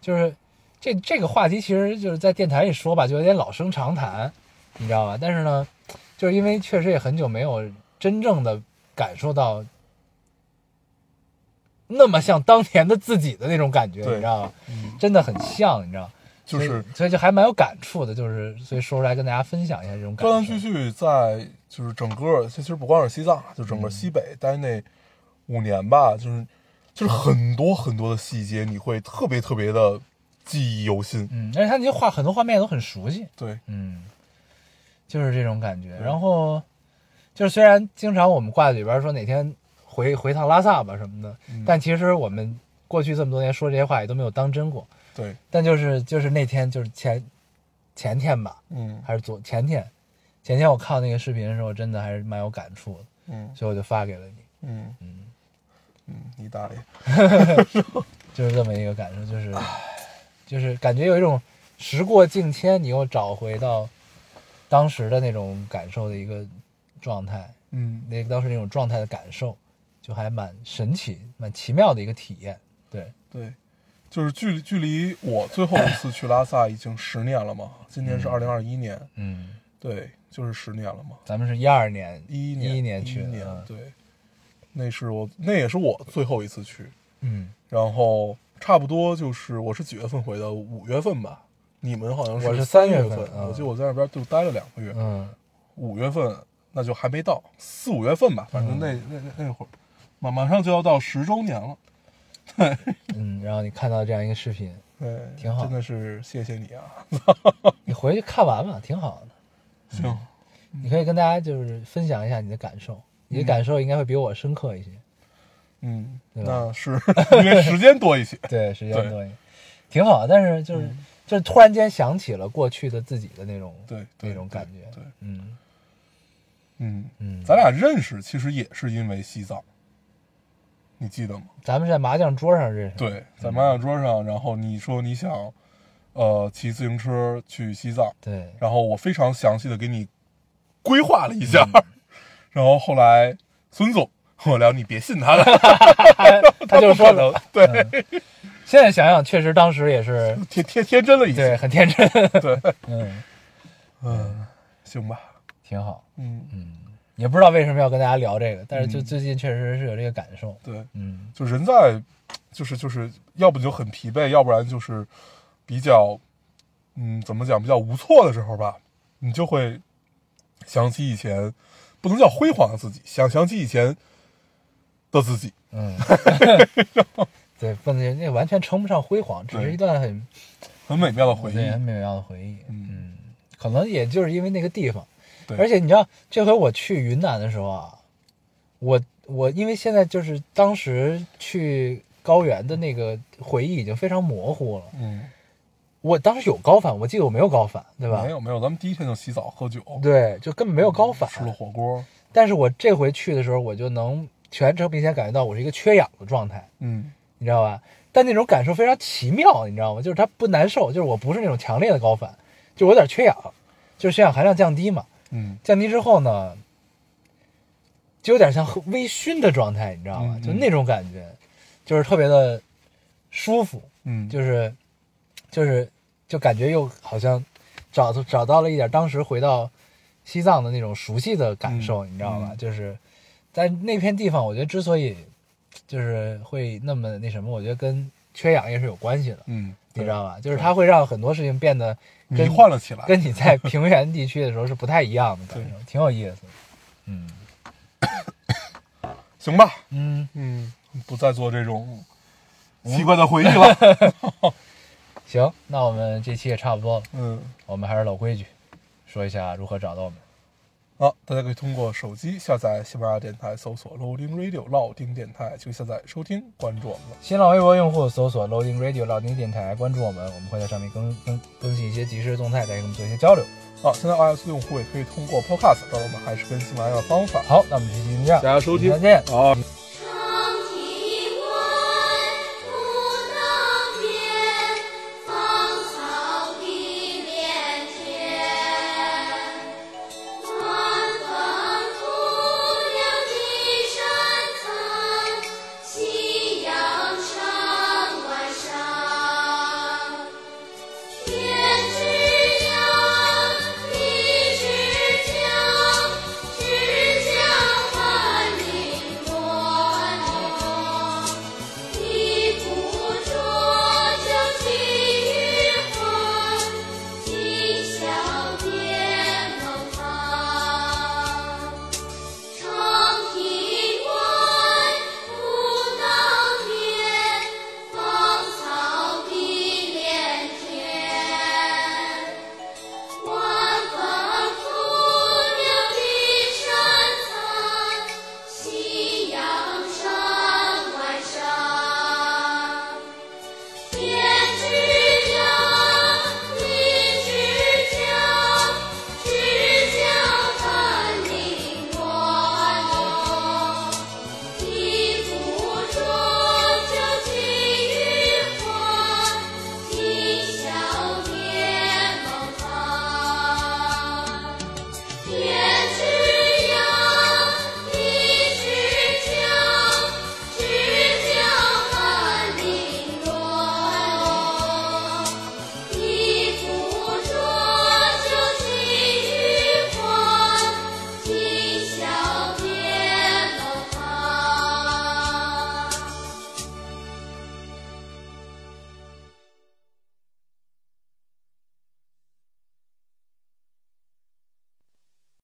B: 就是这这个话题其实就是在电台里说吧，就有点老生常谈，你知道吧？但是呢，就是因为确实也很久没有真正的感受到。那么像当年的自己的那种感觉，
A: 对
B: 你知道吗？
A: 嗯，
B: 真的很像，你知道吗？
A: 就
B: 所
A: 是
B: 以所以就还蛮有感触的，就是所以说出来跟大家分享一下这种感
A: 断
B: 受。
A: 断续续在就是整个，其实不光是西藏，啊就整
B: 嗯
A: 个西北待那五年吧，就是就是很多很多的细节，你会特别特别的记忆犹新。
B: 嗯，而且他那些画很多画面都很熟悉，
A: 对，
B: 嗯，就是这种感觉。
A: 对
B: 然后就是虽然经常我们挂在嘴边说哪天回回趟拉萨吧什么的，
A: 嗯
B: 但其实我们过去这么多年说这些话也都没有当真过。
A: 对，
B: 但就是就是那天就是前前天吧，
A: 嗯
B: 还是昨前天，前天我看到那个视频的时候，真的还是蛮有感触的，
A: 嗯
B: 所以我就发给了你。
A: 嗯
B: 嗯，
A: 嗯，你大爷，
B: 就是这么一个感受，就是就是感觉有一种时过境迁，你又找回到当时的那种感受的一个状态，
A: 嗯，
B: 那当时那种状态的感受，就还蛮神奇、蛮奇妙的一个体验。对，
A: 对，就是距离距离我最后一次去拉萨已经十年了嘛，今年是二零二一年，
B: 嗯，
A: 对，就是十年了嘛，
B: 咱们是一二年，
A: 一
B: 一
A: 一
B: 年去
A: 一
B: 的，
A: 年
B: 嗯
A: 对，那是我那也是我最后一次去，
B: 嗯，
A: 然后差不多就是我是几月份回的，五月份吧，你们好像
B: 我是三
A: 三
B: 月
A: 份，
B: 份嗯
A: 我记得我在那边就待了两个月，
B: 嗯
A: 五月份那就还没到，四五月份吧，反正
B: 嗯
A: 那、那那那会儿，马马上就要到十周年了。
B: 嗯，然后你看到这样一个视频，
A: 对，
B: 挺好
A: 真的是谢谢你啊！
B: 你回去看完吧，挺好的。
A: 行，
B: 嗯
A: 嗯
B: 你可以跟大家就是分享一下你的感受，你的感受应该会比我深刻一些。
A: 嗯，
B: 对吧
A: 那是 因为时间多 一些。
B: 对，时
A: 对嗯
B: 间多一点，挺好。但是就是、就是突然间想起了过去的自己的那种
A: 对，对
B: 那种感觉，
A: 对，
B: 嗯
A: 嗯
B: 嗯。
A: 咱俩认识其实也是因为西藏，你记得吗？
B: 咱们是在麻将桌上认识，，
A: 对，在麻将桌上，然后你说你想，呃，骑自行车去西藏，
B: 对，
A: 然后我非常详细的给你规划了一下，
B: 嗯
A: 然后后来孙总和我聊，你别信他了，
B: 他 他就
A: 不
B: 说嗯
A: 可能， 对，
B: 现在想想确实当时也 是
A: 天天天真了一
B: 对
A: 些，
B: 很天 真，
A: 对，
B: 嗯，
A: 嗯，行吧，
B: 挺好，
A: 嗯，
B: 也不知道为什么要跟大家聊这个，但是就最近确实是有这个感受，
A: 对，
B: 嗯
A: 就人在，就是就是要不你就很疲惫，要不然就是比较，嗯，怎么讲，比较无措的时候吧，你就会想起以前，不能叫辉煌的自己，想想起以前的自己，
B: 嗯，对，不能那完全称不上辉煌，只是
A: 对
B: 一段很
A: 很美妙的回忆。
B: 对很美妙的回忆，
A: 嗯
B: 嗯，可能也就是因为那个地方。
A: 对，
B: 而且你知道，这回我去云南的时候啊，我我因为现在就是当时去高原的那个回忆已经非常模糊了。
A: 嗯，
B: 我当时有高反，我记得我没有高反，对吧
A: 没？有嗯没有，咱们第一天就洗澡喝酒，
B: 对，就根本没有高反。
A: 吃了火锅，
B: 但是我这回去的时候，我就能全程明显感觉到我是一个缺氧的状态，
A: 嗯
B: 你知道吧？但那种感受非常奇妙，你知道吗？就是它不难受，就是我不是那种强烈的高反，就我有点缺氧，就是血氧含量降低嘛。
A: 嗯
B: 降低之后呢，就有点像喝微醺的状态，你知道吗？
A: 嗯嗯
B: 就那种感觉，就是特别的舒服，
A: 嗯，
B: 就是就是就感觉又好像找找到了一点当时回到西藏的那种熟悉的感受，
A: 嗯
B: 你知道吧？
A: 嗯
B: 就是在那片地方，我觉得之所以就是会那么那什么，我觉得跟缺氧也是有关系的，
A: 嗯，
B: 你
A: 对
B: 知道吧？就是它会让很多事情变得
A: 迷
B: 跟
A: 幻了起来，
B: 跟你在平原地区的时候是不太一样的感受，
A: 对
B: 挺有意思的。嗯
A: 行吧，
B: 嗯，
A: 嗯，不再做这种奇怪的回忆 了，
B: 行，那我们这期也差不多了，
A: 嗯。
B: 我们还是老规矩，说一下如何找到我们。
A: 好，大家可以通过手机下载喜马拉雅电台，搜索 Loading Radio 老丁电台，就可以下载收听，关注我们了。
B: 新浪微博用户搜索 Loading Radio 老丁电台，关注我们，我们会在上面更更更新一些即时动态，再跟我们做一些交流。
A: 好，现在 iOS 用户也可以通过 Podcast 找到我们，还是跟喜马拉雅的方法。
B: 好，那我们这期就这样，
A: 大家收听
B: 再见。
A: 好。